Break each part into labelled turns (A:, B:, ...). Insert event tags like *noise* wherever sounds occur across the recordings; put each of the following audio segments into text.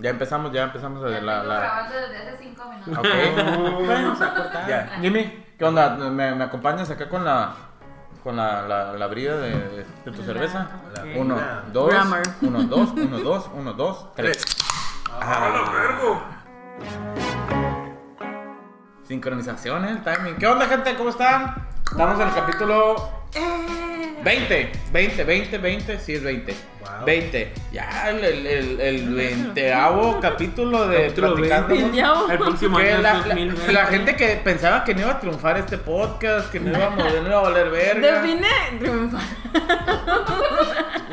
A: Ya empezamos, ya empezamos
B: Ya
A: desde la...
B: tengo
A: la...
B: grabando desde hace cinco minutos.
A: Ok.
C: Bueno, se corta.
A: Ya. Jimmy, ¿qué onda? ¿Me, me acompañas acá con la... Con la, la, la brida de, de- de tu cerveza?
C: La-
A: Uno,
C: la-
A: dos,
D: Grammar.
A: uno,
C: *laughs*
A: dos, uno, dos, uno, dos, tres.
C: ¡Ah, vergo!
A: Sincronización, el timing. ¿Qué onda, gente? ¿Cómo están? Estamos en el capítulo
D: Eh,
A: 20, 20, 20, 20, sí es 20.
C: Wow.
A: 20. Ya el, el, el, el veinteavo capítulo de
C: Capítulo
A: Platicando.
B: *laughs*
C: 20.
D: Ya.
E: El próximo
A: Que
E: año es
A: la,
E: 2020.
A: la gente que pensaba que no iba a triunfar este podcast, que no iba a mover, no iba a valer verga.
D: Define triunfar.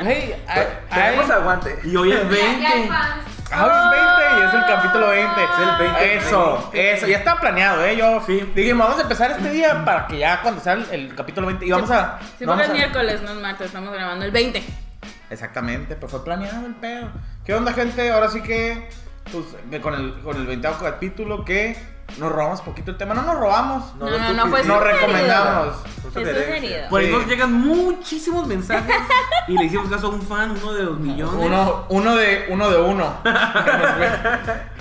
A: Güey, hay, hay,
C: Tenemos aguante.
E: Y hoy es
B: Ya, ya hay
E: 20.
B: fans.
A: Ah, es 20 y es el capítulo 20.
C: Es el 20.
A: Eso, eso. Ya está planeado, ¿eh? Yo
E: Sí.
A: dijimos, vamos a empezar este día para que ya cuando sea el, el capítulo 20 y vamos a...
D: Sí, porque
A: vamos
D: es
A: a-
D: miércoles, no es martes, estamos grabando el 20.
A: Exactamente, pero fue planeado el pedo. ¿Qué onda, gente? Ahora sí que, pues, de- con el, con el 20 capítulo que nos robamos poquito el tema. No nos robamos,
D: No, no, no,
C: pues
D: fue
A: nos
D: sugerido.
A: recomendamos.
C: Fue
D: Fue
C: sugerencia.
D: sugerido.
E: Por ahí
A: Sí.
E: nos llegan muchísimos mensajes y le hicimos caso a un fan, uno de los millones.
A: Uno, uno de uno. De uno.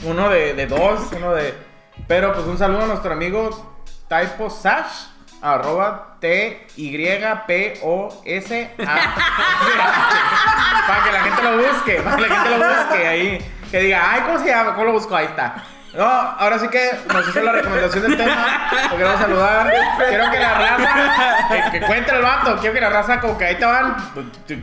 A: uno de, de dos, uno de... Pero, pues, un saludo a nuestro amigo Typo Sash, arroba T-Y-P-O-S-A. Para que la gente lo busque, para que la gente lo busque ahí. Que diga, ay, ¿cómo se llama? ¿Cómo lo busco? Ahí está. No, ahora sí que nos hizo la recomendación del tema. Lo queremos saludar. Quiero que la raza, que, que cuente el vato. Quiero que la raza, como que ahí te van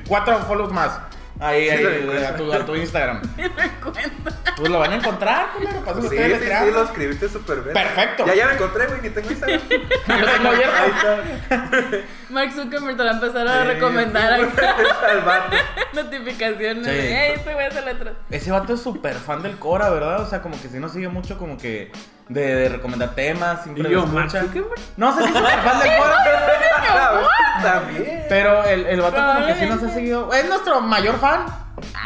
A: cuatro follows más. Ahí,
C: Sí, lo
A: ahí, a
C: encuentro.
A: tu, a tu Instagram.
D: Me cuento.
A: Pues lo van a encontrar, culero. Para eso
C: Sí,
A: ustedes le
C: sí, sí,
A: tiraron.
C: lo escribiste súper bien.
A: Perfecto.
C: Ya, ya lo encontré, güey, ni tengo Instagram.
A: *laughs* Yo tengo abierto.
C: Ahí está.
D: Mark Zuckerberg te lo empezaron a recomendar
C: Sí,
D: acá.
C: Está el vato.
D: *laughs* Notificaciones.
A: Sí.
D: de, "Ey, este güey es el otro".
A: Ese vato es súper fan del Cora, ¿verdad? O sea, como que si no sigue mucho, como que de, de recomendar temas, siempre
E: Y yo,
A: lo escucha.
E: Mark Zuckerberg.
A: No sé si es súper fan del
E: *laughs*
A: Cora,
C: *laughs* También.
A: pero el, el vato como que sí nos ha seguido. Es nuestro mayor fan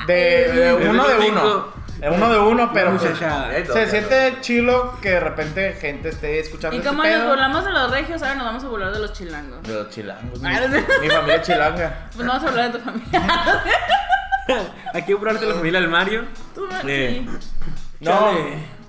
A: de, de
E: Ay,
A: uno de
E: desde
A: uno.
E: México.
A: De uno de uno, pero pues,
E: Muchacha.
A: se siente chilo que de repente gente esté escuchando
D: Y
A: este
D: como nos
A: pedo.
D: burlamos de los regios, ahora nos vamos a burlar de los chilangos.
A: De los chilangos.
D: Ah, no sé.
A: Mi, mi familia es chilanga.
D: Pues no vamos a burlar de tu familia. *laughs*
E: Aquí voy a hablar de la familia del Mario.
D: Tú,
A: Sí.
D: sí.
A: No,
E: *laughs* Chale.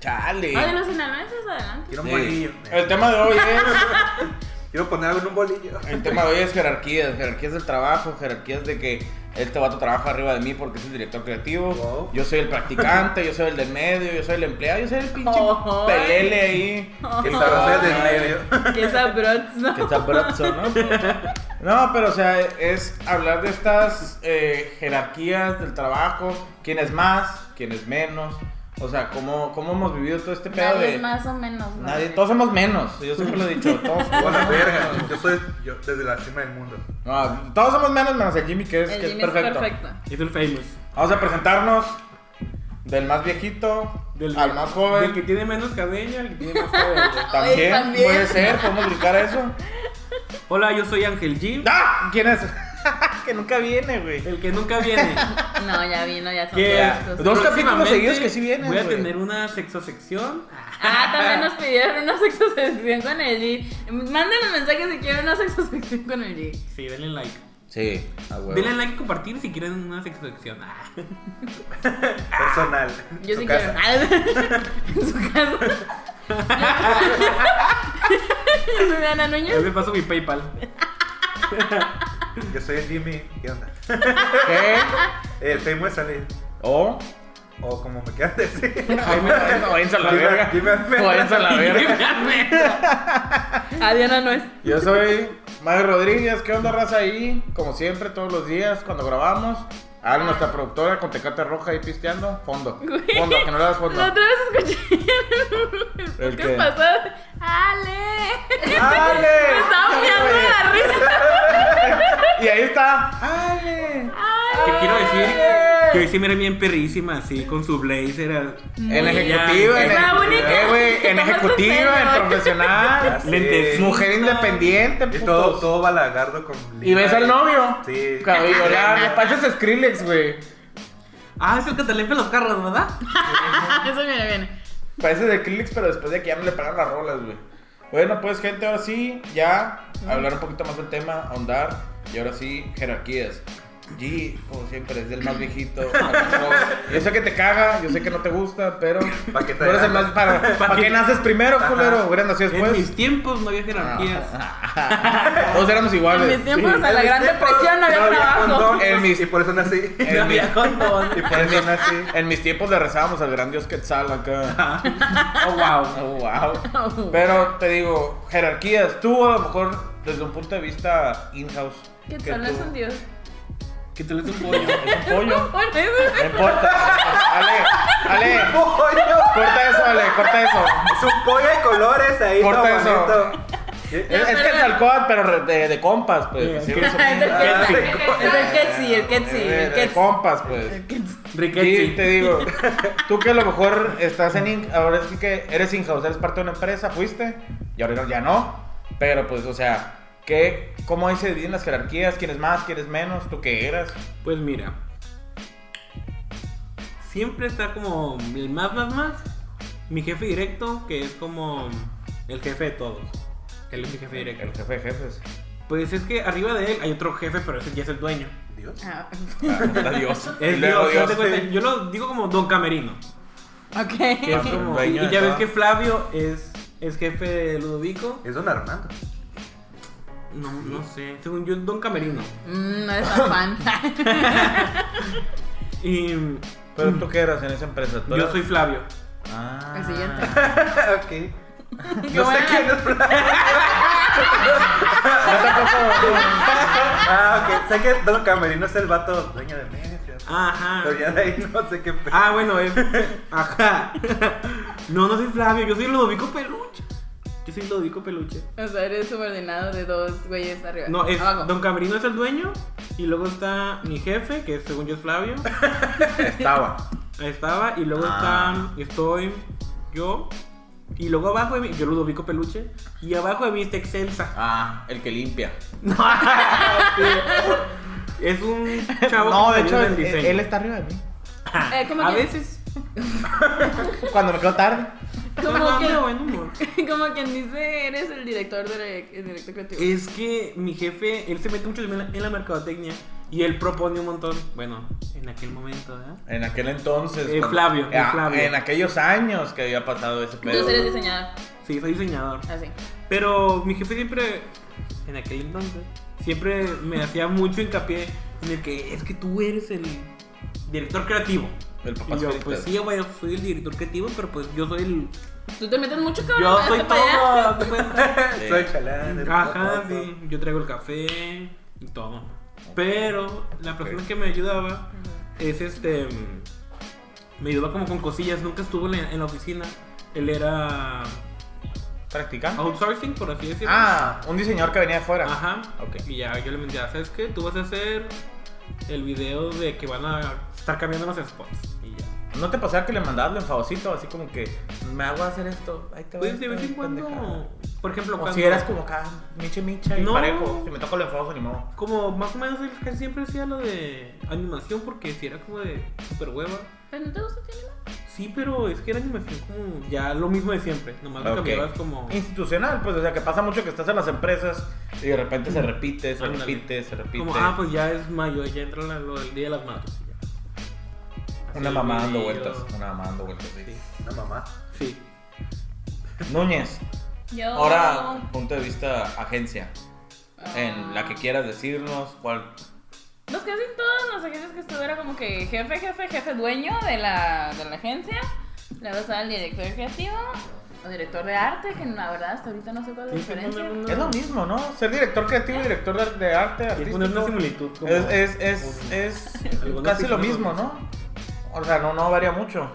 A: chale.
D: Ay, los sinaloenses, adelante.
C: Quiero un
A: Sí.
C: bolillo.
A: El tema de hoy es...
C: Quiero poner algo en un bolillo.
A: El tema de hoy es jerarquías, jerarquías del trabajo, jerarquías de que este vato trabaja arriba de mí porque es el director creativo,
C: Wow.
A: yo soy el practicante, yo soy el del medio, yo soy el empleado, yo soy el pinche
D: Ojo.
A: pelele ahí.
C: Que
A: No,
C: sabrás del
A: ay,
C: medio.
D: Qué
A: *laughs*
D: sabroso.
A: Que está brozo, ¿no? No, pero o sea, es hablar de estas eh, jerarquías del trabajo, quién es más, quién es menos, o sea, cómo, cómo hemos vivido todo este pedo
D: Nadie
A: de...
D: es más o menos. ¿no?
A: Nadie, todos somos menos, yo siempre lo he dicho, todos
C: *laughs*
A: somos
C: Hola,
A: menos.
C: verga. Yo soy Pues, yo, desde la cima del mundo.
A: No, Ah, todos somos menos menos el Jimmy que es,
D: El
A: que es
D: Jimmy es
A: perfecto.
D: perfecto.
E: Es el famous.
A: Vamos a presentarnos del más viejito
E: Del,
A: al más
E: Del
A: joven.
E: que tiene menos cabello, al que tiene más cabello.
A: También,
D: Oye, también.
A: puede ser, podemos brincar a eso.
E: Hola, yo soy Ángel Jim.
A: ¡Ah! ¿Quién es? *laughs* que nunca viene, güey.
E: El que nunca viene.
D: No, ya vino, ya son
E: Que
D: dos.
A: Dos capítulos
E: próximamente
A: seguidos que sí vienen,
E: Voy a
A: güey.
E: tener una sexosección.
D: Ah, también *laughs* nos pidieron una sexosección con el G. Mándenos mensajes si quieren una sexosección con el G.
E: Sí, denle like.
A: Sí, a huevo.
E: Denle like y compartir si quieren una sexosección.
A: *laughs*
E: Ah.
C: Personal.
D: Yo
C: Tu
D: sí
C: casa.
D: quiero. Ah, *laughs* en su casa. *laughs* Soy Ana
E: Yo
D: Núñez.
E: me paso mi PayPal.
C: Yo soy el Jimmy. ¿Qué onda?
A: ¿Qué?
C: El famous salir.
A: ¿O?
C: O como me quieran decir.
A: Ay, me- ay, no, váyanse a la
C: Dime-
A: verga.
C: dime-
A: Váyanse a la
E: *laughs*
A: verga.
D: A Ah, Diana no es.
A: Yo soy Mario Rodríguez. ¿Qué onda, raza? Ahí, como siempre, todos los días cuando grabamos. A nuestra productora con tecate roja ahí pisteando. Fondo. Fondo, que no le das fondo.
D: La otra vez escuché en
A: ¿El
D: el
A: qué?
D: podcast pasado. ¡Ale!
A: ¡Ale!
D: Me estaba mirando de la risa.
A: Y ahí está. ¡Ale!
E: Que quiero decir que hoy sí me era bien perrísima, así, con su blazer. ah.
A: En
E: Muy
A: ejecutiva, en,
E: bien.
D: Es la única.
A: eh, güey, en
D: Estamos
A: ejecutiva, en
D: pensando.
A: profesional,
E: *laughs*
C: Así
E: Lentes.
C: es.
A: mujer independiente,
C: Y
A: putos.
C: todo, todo balagardo con
A: Y ves al novio.
C: Sí.
D: Ah,
C: *laughs*
A: Cabello largo, pareces Skrillex, güey.
E: Ah, es el que te limpia los carros,
A: *laughs*
E: ¿verdad?
D: Eso viene, viene.
A: Pareces Skrillex, pero después de que ya no le pagan las rolas, güey. Bueno, pues gente, ahora sí, ya hablar un poquito más del tema, ahondar y ahora sí, jerarquías. G, como siempre, es el más viejito. el más joven. yo sé que te caga, yo sé que no te gusta, pero.
C: Pa' que
A: tú
C: te
A: eres el
C: hagas.
A: más. ¿Para,
E: Pa'
A: ¿para
E: que-
A: qué naces primero,
C: Ajá.
A: culero? Hubieras nacido
E: En
A: después.
E: mis tiempos no había jerarquías.
A: *laughs* Ah. Todos éramos
D: En
A: iguales.
D: mis tiempos
A: Sí.
D: a la Gran Depresión no había trabajo.
A: condón. En mis-
C: Y por eso nací.
A: En
E: no
C: *laughs*
A: mis-
E: había condón.
C: Y por eso nací.
A: En mis tiempos le rezábamos al gran dios Quetzal acá.
E: Oh, wow.
A: Oh,
D: *laughs*
A: wow. Pero te digo, jerarquías. Tú a lo mejor desde un punto de vista in-house.
D: Que
A: que
D: solo
A: tú-
D: es un dios. *laughs*
E: Que te lo un
A: Es
E: pollo.
A: un pollo.
D: Bueno, eso-
A: No importa.
D: *laughs*
A: Ale, Ale,
C: ¡Pollo!
A: corta eso, Ale, corta eso.
C: Es un pollo de colores ahí,
A: Corta
C: todo
A: eso.
D: *laughs*
C: bonito. Y-
A: Es, es que el alcohol, pero re- de, de compas, pues.
E: Sí,
A: Sí, es
D: Es el Eh,
A: un-
D: Ketsi.
C: Ah,
D: Es *laughs* el Ketsi, el Ketsi,
A: de-
D: el
A: de
D: Ketsi.
A: compas, pues.
D: El Ketsi.
A: Y te
E: Riquetti.
A: digo, tú que a lo mejor estás en. in- ahora sí que eres in-house, eres parte de una empresa, fuiste, y ahora ya no. Pero pues, o sea, ¿qué, ¿cómo ahí se dividen las jerarquías? ¿Quién es más? ¿Quién es menos? ¿Tú qué eras?
E: Pues mira. Siempre está como el más, más, más. Mi jefe directo, que es como el jefe de todos. Él es mi jefe directo.
A: El jefe de jefes.
E: Pues es que arriba de él hay otro jefe, pero ese ya es el dueño.
C: Dios.
D: Ah, *laughs*
A: Ah, está *laughs* Dios. Y
E: Es
A: luego
E: Dios, haz de
A: Dios.
E: cuenta, Yo lo digo como Don Camerino. que es
A: Ah,
D: Ok.
E: como- y,
A: dueño de
E: y ya ves
A: todo.
E: que Flavio es, es jefe de Ludovico.
C: Es don
D: *laughs*
C: Armando.
E: No, no sé. Según yo es Don Camerino.
D: Mm, No eres
E: *laughs*
D: tan fan. *laughs*
E: Y
A: Pero tú qué eras en esa empresa? ¿Tú
E: yo
A: eras-
E: soy Flavio.
A: Ah. *laughs*
D: El siguiente.
C: *laughs* ok.
D: Qué
C: No sé
D: buena.
C: quién es
A: Yo tampoco.
C: Ah, ok. Sé que Don Camerino es el vato dueño de Medias.
A: Ah.
E: Ajá.
C: Pero ya de ahí no sé qué pe-
E: Ah, bueno, es. Ajá. *laughs* No, no soy Flavio, yo soy Ludovico Peluche. Yo soy Ludovico Peluche.
D: O sea, eres subordinado de dos güeyes arriba.
E: No,
A: Ah,
E: es
D: Abajo.
E: Don Camerino es el dueño. Y luego está mi jefe, que según yo es Flavio.
A: Estaba.
E: Ahí *laughs* estaba. Y luego
A: Ah.
E: está. Estoy yo. Y luego abajo de mí. Yo Ludovico Peluche. Y abajo de mí está Excelsa.
A: Ah, el que limpia.
E: No,
A: *laughs*
E: es un chavo.
A: no,
E: que
A: de hecho,
E: ayuda en
A: él,
E: diseño. Ah,
A: él está arriba de mí.
D: Eh, ¿cómo
E: A
D: que?
E: veces.
A: Cuando me quedo tarde.
D: Como
E: Ah,
D: que,
E: bueno, amor.
D: *laughs* como quien dice, eres el director de, el director creativo.
E: Es que mi jefe, él se mete mucho en la, en la mercadotecnia y él propone un montón. Bueno, en aquel momento, ¿verdad?
A: En aquel entonces.
E: Eh,
A: cuando-
E: Flavio, eh,
A: Ah,
E: Flavio.
A: En aquellos años que había pasado ese pedo.
D: Tú eres diseñador.
E: Sí, soy diseñador.
D: Así.
E: Pero mi jefe siempre, en aquel entonces, siempre me hacía mucho hincapié en el que es que tú eres el director creativo.
A: El papá
E: Y yo,
A: fritas.
E: pues sí, güey, soy el director creativo, pero pues yo soy el...
D: Tú te metes mucho, cabrón.
E: Yo
D: hazte
E: soy
D: para allá.
E: todo. hazte cuenta.
A: Sí.
C: Soy chalán. el
E: Ajá,
C: papá,
E: sí. Yo traigo el café y todo. Pero la persona que me ayudaba es este. mm, Me ayudaba como con cosillas. Nunca estuvo en la, en la oficina. Él era
A: ¿Practicando?
E: outsourcing, por así decirlo.
A: Ah, un diseñador que venía de fuera.
E: pues. Ajá.
A: Ok.
E: Y ya yo le mentía, ¿sabes qué? Tú vas a hacer el video de que van a estar cambiando los spots. Y ya.
A: ¿No te pasaba que le mandabas lo enfadocito? Así como que, me hago hacer esto. Ahí te voy.
E: Pues de vez en cuando. Por ejemplo,
A: O
E: cuando.
A: si eras como acá, micha y micha y
E: No.
A: parejo. Si me toco el enfadoso, ni modo.
E: Como más o menos él casi siempre hacía lo de animación porque si era como de super hueva.
D: ¿Pero no te gusta tu anime?
E: Sí, pero es que era animación como ya lo mismo de siempre. Nomás lo
A: Ok.
E: cambiabas como.
A: Institucional, pues, o sea, que pasa mucho que estás en las empresas y de repente se repite, se
E: Ándale.
A: repite, se repite.
E: Como, ah, pues ya es mayo, ya entra la- lo del día de las madres. y ya.
A: una
E: Así,
A: mamá dando
E: y pues, yo-
A: vueltas. Una mamá dando vueltas, sí.
E: Sí.
C: Una mamá.
E: Sí.
A: Núñez,
D: Yo.
A: ahora, punto de vista agencia.
D: Ah.
A: En la que quieras decirnos, cuál.
D: Pues casi en todas las agencias que estuve era como que jefe, jefe, jefe dueño de la, de la agencia. Luego estaba el director creativo o director de arte, que la verdad hasta ahorita no sé cuál es la
E: Tienes que
D: diferencia.
E: poner una-
A: Es lo mismo, ¿no? Ser director creativo y director de, de arte,
E: Tienes que poner una
A: artístico.
E: similitud. como-
A: Es, es, es, es
E: Algunas
A: casi lo
E: personas
A: mismo,
E: son-
A: ¿no? O sea, no, no varía mucho.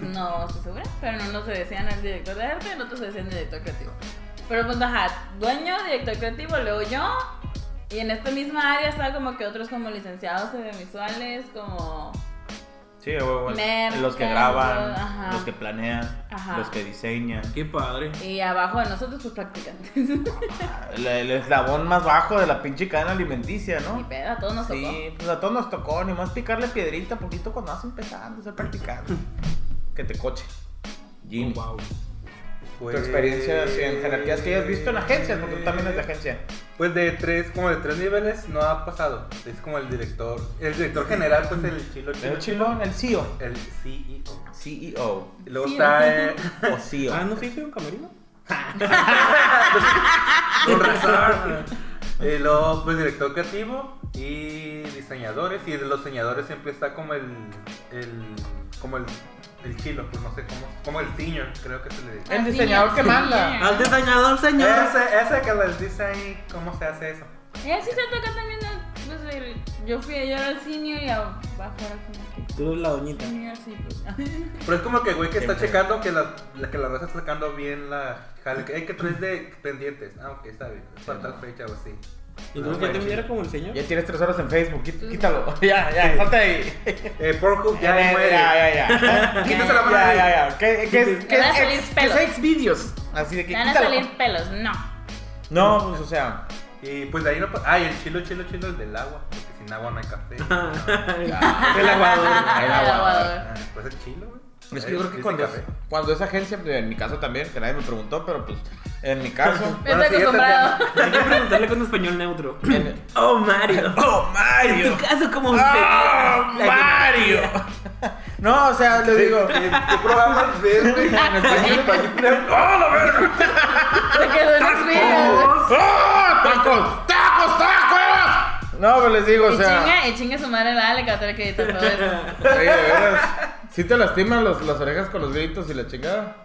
D: No estoy segura, pero en uno se decían el director de arte, en otro se decían director creativo. Pero pues ajá, dueño, director creativo, luego yo. Y en esta misma área estaba como que otros como licenciados en visuales, como...
A: Sí, o- o-
D: Mercado,
A: los que graban,
D: ajá.
A: los que planean,
D: Ajá.
A: los que diseñan.
E: Qué padre.
D: Y abajo de nosotros pues practicantes. Ni
A: El, el eslabón más bajo de la pinche cadena alimenticia,
D: *laughs*
A: ¿no?
D: pedo, a todos nos tocó.
A: Sí, pues a todos nos tocó, ni más picarle piedrita poquito
E: Oh,
A: cuando vas empezando, ser practicando. que te coche. Jimmy.
E: Wow.
C: fue.
A: Tu experiencia así, en jerarquías que hayas visto en agencias, porque tú también es de agencia.
C: Pues de tres, como de tres niveles no ha pasado. Es como el director. El director general, pues el chilo chilo.
A: El chilón, el E CEO.
C: El CEO.
A: CEO.
C: Luego
D: Sí,
C: está.
D: ¿no?
C: eh,
A: *laughs* O CEO.
E: Ah, ¿no se hizo
A: *laughs*
E: un camerino?
C: Con razón. Y luego, pues director creativo y diseñadores. Y de los diseñadores siempre está como el. el como el. El chilo, pues no sé cómo. Como el senior, creo que se le dice.
A: El diseñador que manda.
E: ¡Al diseñador, señor!
A: Eh.
C: Ese, ese que les dice ahí cómo se hace eso.
D: Eh, sí, se toca también. el- pues, el- yo fui, yo era el senior y abajo era como que.
E: Tú eres la doñita.
D: Senior, sí, pues.
C: Pero es como que, güey, que está
A: Siempre.
C: checando que la, la- que la raza está sacando bien la jale. Que hay que traes de pendientes. Ah, ok, está bien. Falta
A: no.
C: fecha o así.
E: ¿Y
A: Ah,
C: No,
E: tú ya
C: güey,
E: te
C: sí.
E: mira como el señor?
A: Ya tienes tres horas en Facebook, quí- quítalo. *laughs* Ya, ya, salte ahí.
C: Eh, Pornhub ya
A: *laughs* ya,
C: muere.
A: ya, ya, *laughs* ya.
C: Quítase la mano
A: Ya,
C: ahí.
A: ya, ya. ¿Qué, qué es, qué
D: Te van a
A: es,
D: salir
A: ex- qué
D: pelos.
A: es ex videos? Así de que
D: Te van a
A: quítalo. Ah,
D: salir pelos, no.
A: No, pues o sea.
C: Y pues de ahí no pasa. Ay, el chilo, chilo, chilo, el del agua. Porque sin agua no hay café. Ah,
A: *laughs*
E: El aguador.
A: El aguador.
C: pues el chilo, güey.
A: Es que yo creo que
C: Dice
A: cuando,
C: café.
A: cuando esa agencia, en mi caso también, que nadie me preguntó, pero pues en mi caso.
D: Me estoy
C: siguiente
D: acostumbrado.
E: Hay que preguntarle con español neutro.
A: En-
E: ¡Oh, Mario!
A: *coughs* ¡Oh, Mario!
E: caso como
A: ¡Oh, Mario! *laughs* No, o sea, le digo.
C: ¿Qué, *laughs* qué programas ves, güey?
A: *laughs* En español, ¡Oh, la verga!
D: Se
A: ah,
D: quedó en Xvideos.
A: ¡Oh, *laughs* tacos! ¡Tacos, tacos! No, pero les digo, o
D: Y
A: sea.
D: chinga, y chinga su madre la Ale que va a tener que editar
A: *laughs*
D: todo eso.
A: Sí, de veras. Sí te lastiman los, las orejas con los deditos y la chingada.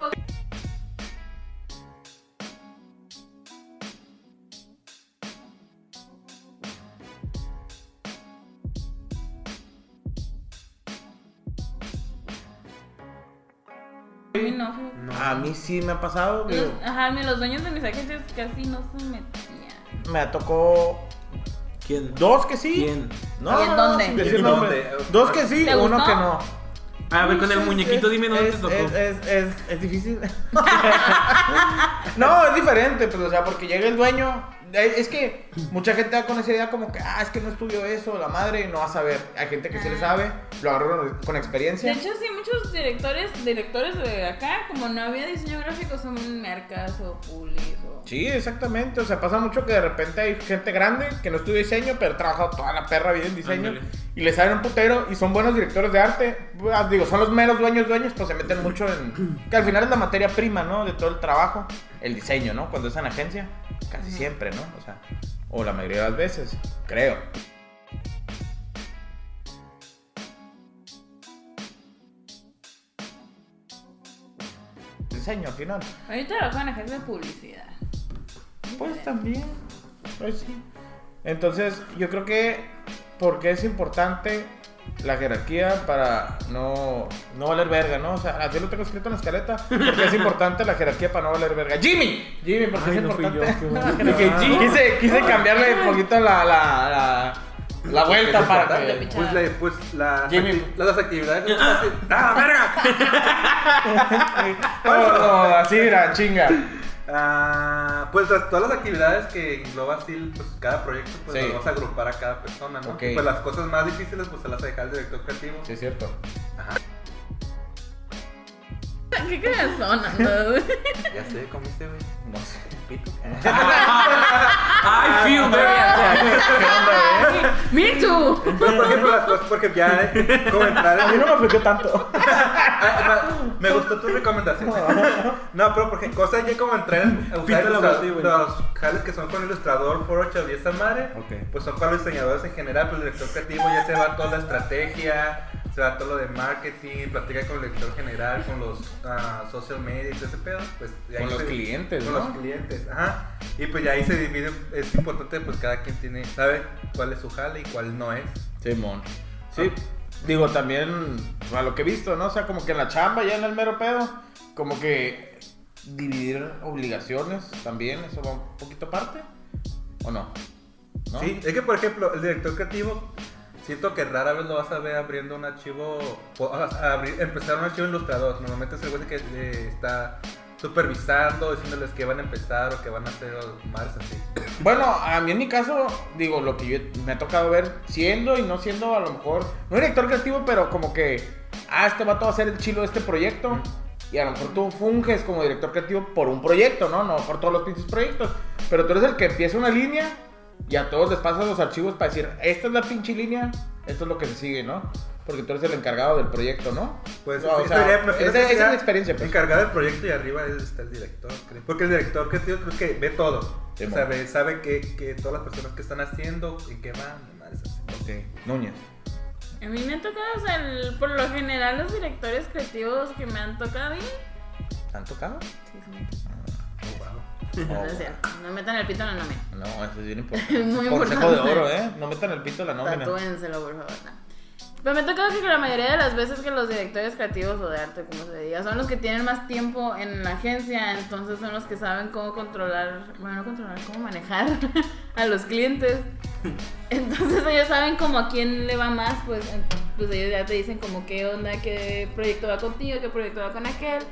D: A mí no. fíjate.
A: A mí sí me ha pasado, digo,
D: Los- Ajá, mira, los dueños de mis agencias casi no se metían.
A: me tocó
E: ¿Quién?
A: dos que sí.
E: ¿Quién?
A: No,
D: ¿Y en
A: no,
D: dónde?
A: sin decir
C: ¿En
A: nombre.
C: dónde?
A: Dos que sí,
D: ¿Te
A: uno
D: gustó?
A: que no.
E: Ah, A ver, con el
A: Es-
E: muñequito
A: es-
E: dime dónde
A: es-
E: te tocó.
A: Es, es, es- es difícil. *laughs* no, es diferente, pues, o sea, porque llega el dueño. eh, Es que mucha gente da con esa idea como que, ah, es que no estudió eso, la madre, y no va a saber. Hay gente que sí le sabe, lo agarró con
D: Ah. De
A: experiencia.
D: hecho, sí, muchos directores, directores de acá, como no había diseño gráfico, son mercas o pulis o...
A: Sí, exactamente. O sea, pasa mucho que de repente hay gente grande que no estudia diseño, pero trabaja toda la perra vida en diseño.
E: Ándale.
A: Y le saben un putero y son buenos directores de arte. Ah, Digo, son los meros dueños dueños, pues se meten mucho en... Que al final es la materia prima, ¿no? De todo el trabajo. El diseño, ¿no? Cuando es en agencia. Casi siempre, ¿no? O sea, o la mayoría de las veces, creo. Diseño al final.
D: Bueno, Yo trabajo en agencia de publicidad. *laughs*
A: Pues también. Pues sí. Entonces, yo creo que porque es importante la jerarquía para no, no valer verga, ¿no? O sea, así lo tengo escrito en la escaleta. Porque es importante la jerarquía para no valer verga. ¡Jimmy! Jimmy, porque
E: Ay,
A: es
E: no fui
A: importante.
E: yo,
A: *laughs*
E: qué bueno. Ah.
A: Dije,
E: Qué
A: "Jimmy". quise, quise cambiarle un poquito la, la, la, la vuelta para
D: importante.
A: que.
C: Pues, la, pues la,
A: Jimmy.
C: las- las actividades que tú haces. ¡Ah, verga!
A: No, no, Oh, así era, chinga.
C: Ah, pues las- todas las actividades que engloba así pues, cada proyecto, pues
A: Sí.
C: las vamos a agrupar a cada persona, ¿no?
A: Ok.
C: Y, Pues las cosas más difíciles, pues se las deja el director creativo.
A: Sí, es cierto.
D: ¿Qué crees son? güey?
C: Ya sé, comiste, güey.
A: No sé.
C: Pito.
E: I
A: "Ah,
E: feel
A: ¿Qué onda, eh?
D: *laughs* Me too.
C: Por ejemplo, las cosas, porque ya eh, como entrar
A: A mí
C: en-
A: no me afectó tanto.
C: Ah, ah, Me gustó tu recomendación. No, pero porque cosas ya como entrar en a usar
E: Pito la
C: ilustra-
E: batí, güey.
C: los jales que son con ilustrador, Photoshop y esa madre,
A: Ok.
C: pues son para los diseñadores en general, pues el director creativo ya se va toda la estrategia, se va todo lo de marketing, platica con el director general, con los ah, social media y todo ese pedo, pues de ahí
A: Con los
C: se-
A: clientes,
C: con
A: ¿no?
C: los clientes, ajá. Y pues ya ahí se divide, es importante pues cada quien tiene, sabe cuál es su jale y cuál no es.
A: Simón. Sí. Digo, también a lo que he visto, ¿no? O sea, como que en la chamba, ya en el mero pedo, como que dividir obligaciones también, eso va un poquito aparte, ¿o no? ¿No?
C: Sí, es que por ejemplo, el director creativo, siento que rara vez lo vas a ver abriendo un archivo, o, a- a abrir- empezar un archivo en ilustrador. Normalmente es el güey que eh, está supervisando, diciéndoles que van a empezar o que van a hacer o más así.
A: Bueno, a mí en mi caso, digo, lo que yo me ha tocado ver, siendo y no siendo a lo mejor, no director creativo, pero como que, ah, este vato va a ser el chilo de este proyecto. Y a lo mejor tú funges como director creativo por un proyecto, ¿no? No por todos los pinches proyectos. Pero tú eres el que empieza una línea y a todos les pasas los archivos para decir, esta es la pinche línea, esto es lo que se sigue, ¿no? Porque tú eres el encargado del proyecto, ¿no?
C: Pues
A: No, o
C: sí,
A: sea,
C: estaría- prefiero
A: esa-
C: que
A: esa es
C: sea
A: la experiencia, pues.
C: Encargado del proyecto y arriba está el director, creo. Porque el director que tío, creo que ve todo.
A: Sí,
C: o sea, ve- sabe que, que todas las personas que están haciendo, en qué van, y madres así.
A: Ok, Núñez.
D: A mí me han tocado, o sea, el- por lo general los directores creativos que me han tocado a mí.
A: ¿Te han tocado?
D: Sí, sí me han tocado.
C: Oh, wow.
D: No,
A: Oh,
D: no es cierto. No metan el pito en la nómina.
A: No, eso es
D: *laughs*
A: bien importante.
D: Muy
A: Consejo de
D: importante.
A: oro, ¿eh? No metan el pito a la nómina.
D: Tatúenselo, por favor. no. Pero me ha tocado que la mayoría de las veces que los directores creativos o de arte, como se diga, son los que tienen más tiempo en la agencia, entonces son los que saben cómo controlar, bueno, no controlar, cómo manejar *laughs* a los
E: *laughs*
D: clientes. Entonces ellos saben como a quién le va más, pues, en- pues ellos ya te dicen como qué onda, qué proyecto va contigo, qué proyecto va con aquel.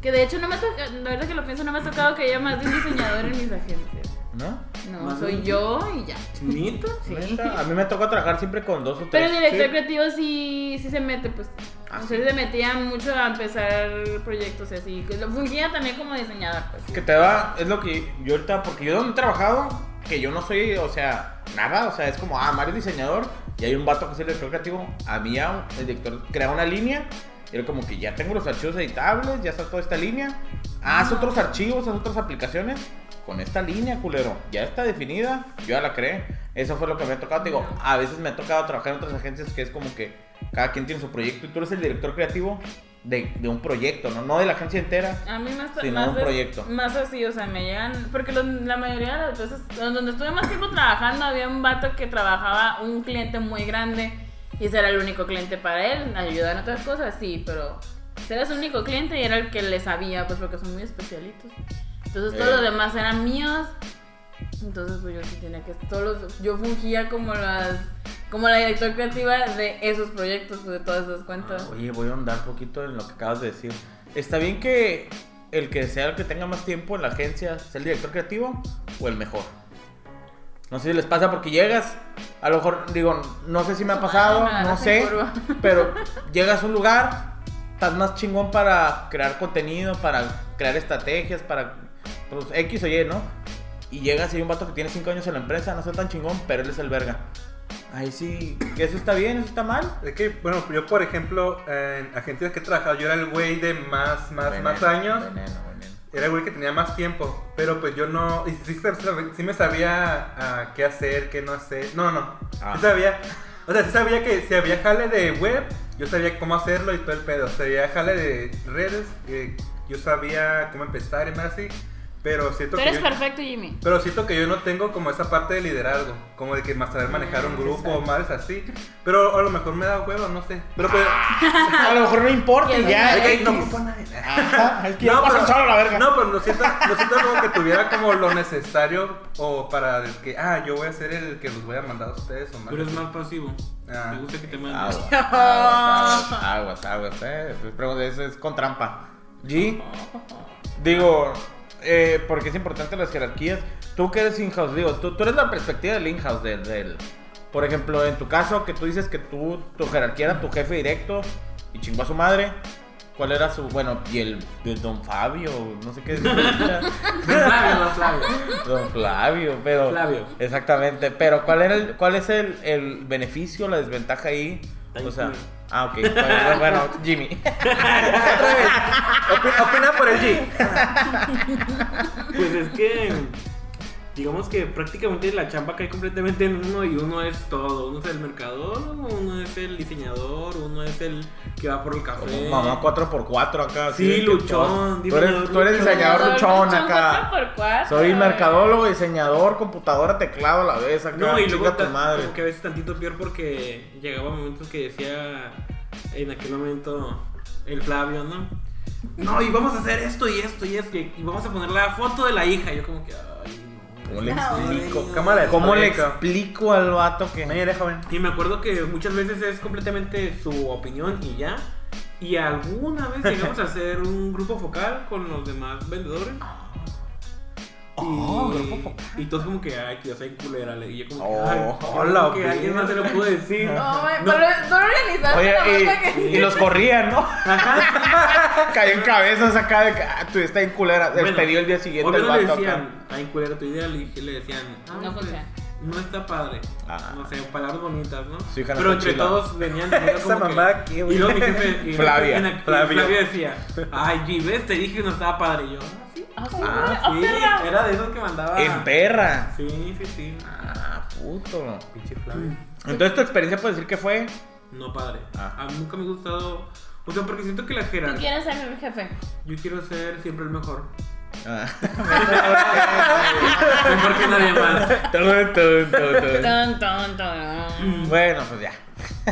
D: Que de hecho no me ha tocado, la verdad que lo pienso, no me ha tocado que haya más de un diseñador en mis agencias.
A: ¿No?
D: No,
E: Más de
D: soy
E: un-
D: yo y ya.
A: ah".
E: ¿Nita?
A: Neta, A mí me toca trabajar siempre con dos o tres.
D: Pero el director
A: Sí.
D: creativo sí, sí se mete, pues.
A: Ah,
D: o sea,
A: sí.
D: se metía mucho a empezar proyectos y así. Lo- Fungía también como diseñador, pues.
A: que te da, es lo que yo ahorita, porque yo donde he trabajado, que yo no soy, o sea, nada, o sea, es como, ah, Mario es diseñador y hay un vato que es el director creativo, había el director crea una línea, y era como que ya tengo los archivos editables, ya está toda esta línea, haz otros archivos, haz otras aplicaciones con esta línea, culero, ya está definida, yo ya la creé, eso fue lo que me ha tocado, te digo,
D: Ajá.
A: a veces me ha tocado trabajar en otras agencias que es como que cada quien tiene su proyecto y tú eres el director creativo de, de un proyecto, ¿no? No de la agencia entera.
D: A mí más,
A: Sí, no,
D: más,
A: un
D: des-
A: proyecto.
D: más así, o sea, me llegan. Porque lo- la mayoría de las veces, donde estuve más tiempo trabajando, había un vato que trabajaba un cliente muy grande y ese era el único cliente para él. Ayudar en otras cosas, sí, pero ese era su único cliente y era el que le sabía, pues porque son muy especialitos. Entonces todos
A: Eh.
D: los demás eran míos. Entonces, pues yo sí tenía que. Todos los- yo fungía como las. Como la directora creativa de esos proyectos, pues, de todas esas cuentas.
A: Oye, voy a andar poquito en lo que acabas de decir. Está bien que el que sea el que tenga más tiempo en la agencia sea el director creativo o el mejor. No sé si les pasa porque llegas, a lo mejor, digo, no sé si me ha pasado,
D: Me
A: no
D: agarras en
A: sé,
D: curva.
A: *laughs* pero llegas a un lugar, estás más chingón para crear contenido, para crear estrategias, para pues, X o Y, ¿no? Y llegas y hay un vato que tiene 5 años en la empresa, no está tan chingón, pero él es el verga. Ahí sí, que eso está bien, eso está mal.
C: Es que, bueno, yo por ejemplo, en agencias que he trabajado, yo era el güey de más, más, más
A: Veneno,
C: años.
A: veneno, veneno.
C: Era el güey que tenía más tiempo, pero pues yo no. Y sí, sab- sab- sí me sabía ah, qué hacer, qué no hacer. No, no.
A: Ah.
C: Sí sabía. O sea, sí sabía que si había jale de web, yo sabía cómo hacerlo y todo el pedo. Si había jale de redes, que yo sabía cómo empezar y más así. Pero siento
D: Tú
C: que.
D: eres
C: yo-
D: perfecto, Jimmy.
C: pero siento que yo no tengo como esa parte de liderazgo, como de que más saber manejar un
D: Mm,
C: grupo o
D: exacto.
C: más así. Pero a lo mejor me da huevo, no sé. Pero pues.
A: *laughs*
D: Ah.
A: A lo mejor no importa,
D: Que no
A: ya.
D: hay-
A: X.
C: Ay, no ocupo a nadie.
A: *laughs* Ajá, es que ya pasan solo la verga.
C: No, pero no siento, no siento como que tuviera como lo necesario o para el que, ah, yo voy a ser el que los voy a mandar a ustedes o más.
E: Tú eres más pasivo.
C: Ah.
E: Me gusta que te
A: Aguas,
E: *laughs* mandes.
A: aguas, aguas, aguas, eh. Es pregunta- Eso es con trampa. G, digo, eh, porque es importante las jerarquías. Tú que eres in-house, digo, tú, tú eres la perspectiva del in-house, del, del- Por ejemplo, en tu caso, que tú dices que tú, tu jerarquía era tu jefe directo y chingó a su madre. ¿Cuál era su...? Bueno, y el, el don Fabio, no sé qué... *laughs*
E: Flavio, no, Flavio.
A: Don Flavio, pero.
E: Flavio.
A: Exactamente. Pero ¿cuál era el, cuál es el, el beneficio, la desventaja ahí?
E: Está
A: O sea.
E: incluido.
A: Ah, ok. Bueno, bueno, Jimmy.
C: Otra vez. Opi- opina por el G.
E: Pues es que. Digamos que prácticamente la chamba cae completamente en uno y uno es todo. Uno es el mercador, uno es el diseñador, uno es el que va por el
A: Como
E: café.
A: mamá 4x4 acá.
E: Sí,
A: así de que
E: luchón,
A: todos- Tú eres, tú eres
E: diseñador
A: diseñador luchón acá.
D: 4x4.
A: Soy mercadólogo, diseñador, computadora, teclado a la vez acá.
E: No,
A: Ah,
E: y
A: Chinga
E: luego
A: tu
E: ta-
A: madre.
E: como que a veces tantito peor porque llegaba momentos que decía en aquel momento el Flavio, ¿no? No, y vamos a hacer esto y esto y esto y vamos a poner la foto de la hija. Yo como que, ay, no.
A: ¿Cómo le
D: No,
A: explico?
E: güey.
C: Cámara de
A: ¿Cómo le
C: Rico.
A: explico al vato que.?
C: Mire, joven.
E: Y me acuerdo que muchas veces es completamente su opinión y ya.
A: *laughs*
E: Y alguna vez llegamos a hacer un grupo focal con los demás vendedores.
A: Oh,
E: y,
A: grupo focal.
E: y todos como que, ay, que yo soy culera. le- Y yo como que,
A: Oh,
E: ay, yo
C: hola,
E: como que
C: ok.
E: alguien más se lo pudo
A: *laughs*
E: decir.
D: No, güey,
E: No.
D: pero tú lo organizaste
A: Oye,
D: nomás para
A: y,
D: que-
A: y los corrían, ¿no? *laughs* Cayó en cabezas acá de que, ah, tú está en culera.
E: Bueno,
A: Despedió el día siguiente el
E: Obvio le
A: vato acá.
E: decían, ay, culera tu idea, le, dije- le decían, ah,
D: No
E: pues,
D: funciona.
E: No está padre.
A: Ah.
E: No sé, palabras bonitas, ¿no?
A: Su hija no está
E: Pero entre
A: chila.
E: todos
A: *laughs*
E: venían diciendo
C: Esa
E: como
C: mamá
E: que,
C: aquí,
E: Y
C: güey.
E: luego mi jefe. y-
A: Flavia,
E: y Flavia.
C: Flavia.
E: decía, ay, G, ves, te dije que no estaba padre. Y yo, ah, sí.
D: Ah, sí,
A: Ah,
D: güey, ah,
E: Sí,
D: perra.
E: era de esos que mandaba.
A: En perra.
E: Sí, sí, sí. Mm,
A: Ah, puto.
C: Pinche Flavio.
A: Entonces tu experiencia puedes decir que fue.
E: No padre.
A: Ah.
E: A mí nunca me ha gustado. O sea, porque siento que la
D: ¿Tú
E: jerarquía.
D: quieres ser el jefe?
E: Yo quiero ser siempre el mejor. *laughs*
A: Ah. *laughs*
E: Mejor que nadie más.
A: Tun, tun, tun, tun.
D: Ton, ton, ton.
A: bueno, pues ya.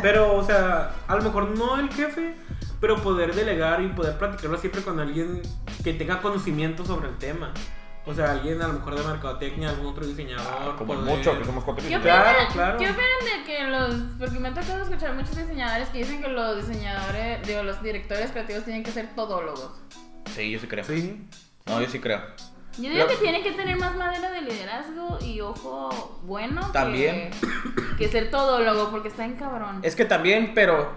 E: Pero, o sea, a lo mejor no el jefe, pero poder delegar y poder platicarlo siempre con alguien que tenga conocimiento sobre el tema. O sea, alguien a lo mejor de mercadotecnia, algún otro diseñador.
A: Ah, Como
E: poder-
A: mucho, que somos cuatro
D: ¿Qué
A: minutos.
E: Claro,
D: opinan,
E: claro.
D: ¿Qué opinan de que los.? Porque me ha tocado escuchar muchos diseñadores que dicen que los diseñadores, digo, los directores creativos tienen que ser todólogos.
A: Sí, yo sí creo.
C: Sí.
A: No, yo sí creo.
D: Yo digo
A: Lo-
D: que tienen que tener más madera de liderazgo y ojo bueno. que-
A: También.
D: Que, ser todólogo, porque está en cabrón.
A: Es que también, pero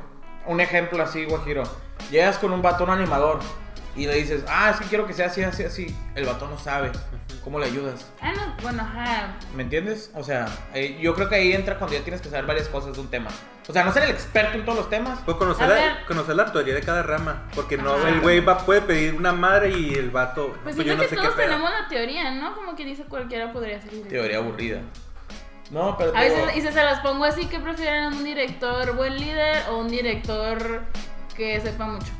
A: un ejemplo así, Guajiro. Llegas con un batón animador y le dices, ah, es que quiero que sea así, así, así. El batón no sabe. ¿Cómo le ayudas?
D: Ah, no, bueno, ajá.
A: ¿Me entiendes? O sea, eh, yo creo que ahí entra cuando ya tienes que saber varias cosas de un tema. O sea, no ser el experto en todos los temas.
C: Pues
D: A
C: conocer
D: ver.
C: la, conocer la teoría de cada rama. Porque no,
D: Ajá.
C: el güey va, puede pedir una madre y el vato.
D: Pues
C: yo
D: siento
C: no
D: que
C: sé qué
D: todos
C: pedo.
D: tenemos la teoría, ¿no? Como que dice cualquiera podría ser director.
A: Teoría aburrida. No, pero.
D: A
A: digo,
D: veces y se, se las pongo así que prefieren un director buen líder o un director que sepa mucho.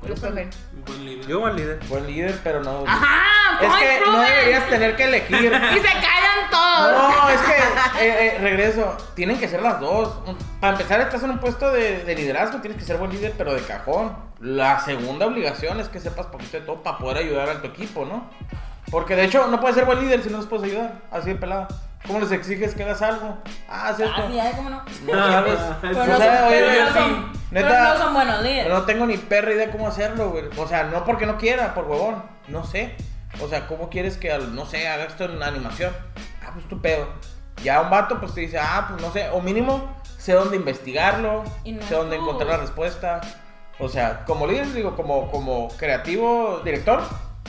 D: Pues Lo escogen.
E: Un buen líder.
C: Yo, buen líder.
A: Buen líder, pero no.
D: Ajá,
A: es
D: point
A: que no
D: proven.
A: deberías tener que elegir.
D: *laughs* Y se callan todos. *laughs*
A: No, es que, eh, eh, regreso, tienen que ser las dos. Para empezar, estás en un puesto de, de liderazgo, tienes que ser buen líder, pero de cajón. La segunda obligación es que sepas poquito de todo para poder ayudar a tu equipo, ¿no? Porque de hecho, no puedes ser buen líder si no les puedes ayudar, así de pelada. ¿Cómo les exiges que hagas algo? Ah, haz esto.
D: Ah, sí, ay, cómo no.
A: Pues No sabes.
E: Pero
A: O
D: *laughs* Pero no,
A: sea,
D: son,
A: oye,
D: pero no
A: sí,
D: son- pero
A: neta,
D: no son buenos líderes.
A: no tengo ni perra idea cómo hacerlo, güey. O sea, no porque no quiera, por huevón. No sé. O sea, ¿cómo quieres que, al- no sé, haga esto en animación? Ah, pues tu pedo. Ya un vato, pues te dice, ah, pues no sé. O mínimo, sé dónde investigarlo,
D: Y no
A: sé dónde
D: tú.
A: encontrar la respuesta. O sea, como líder, digo, como, como creativo director,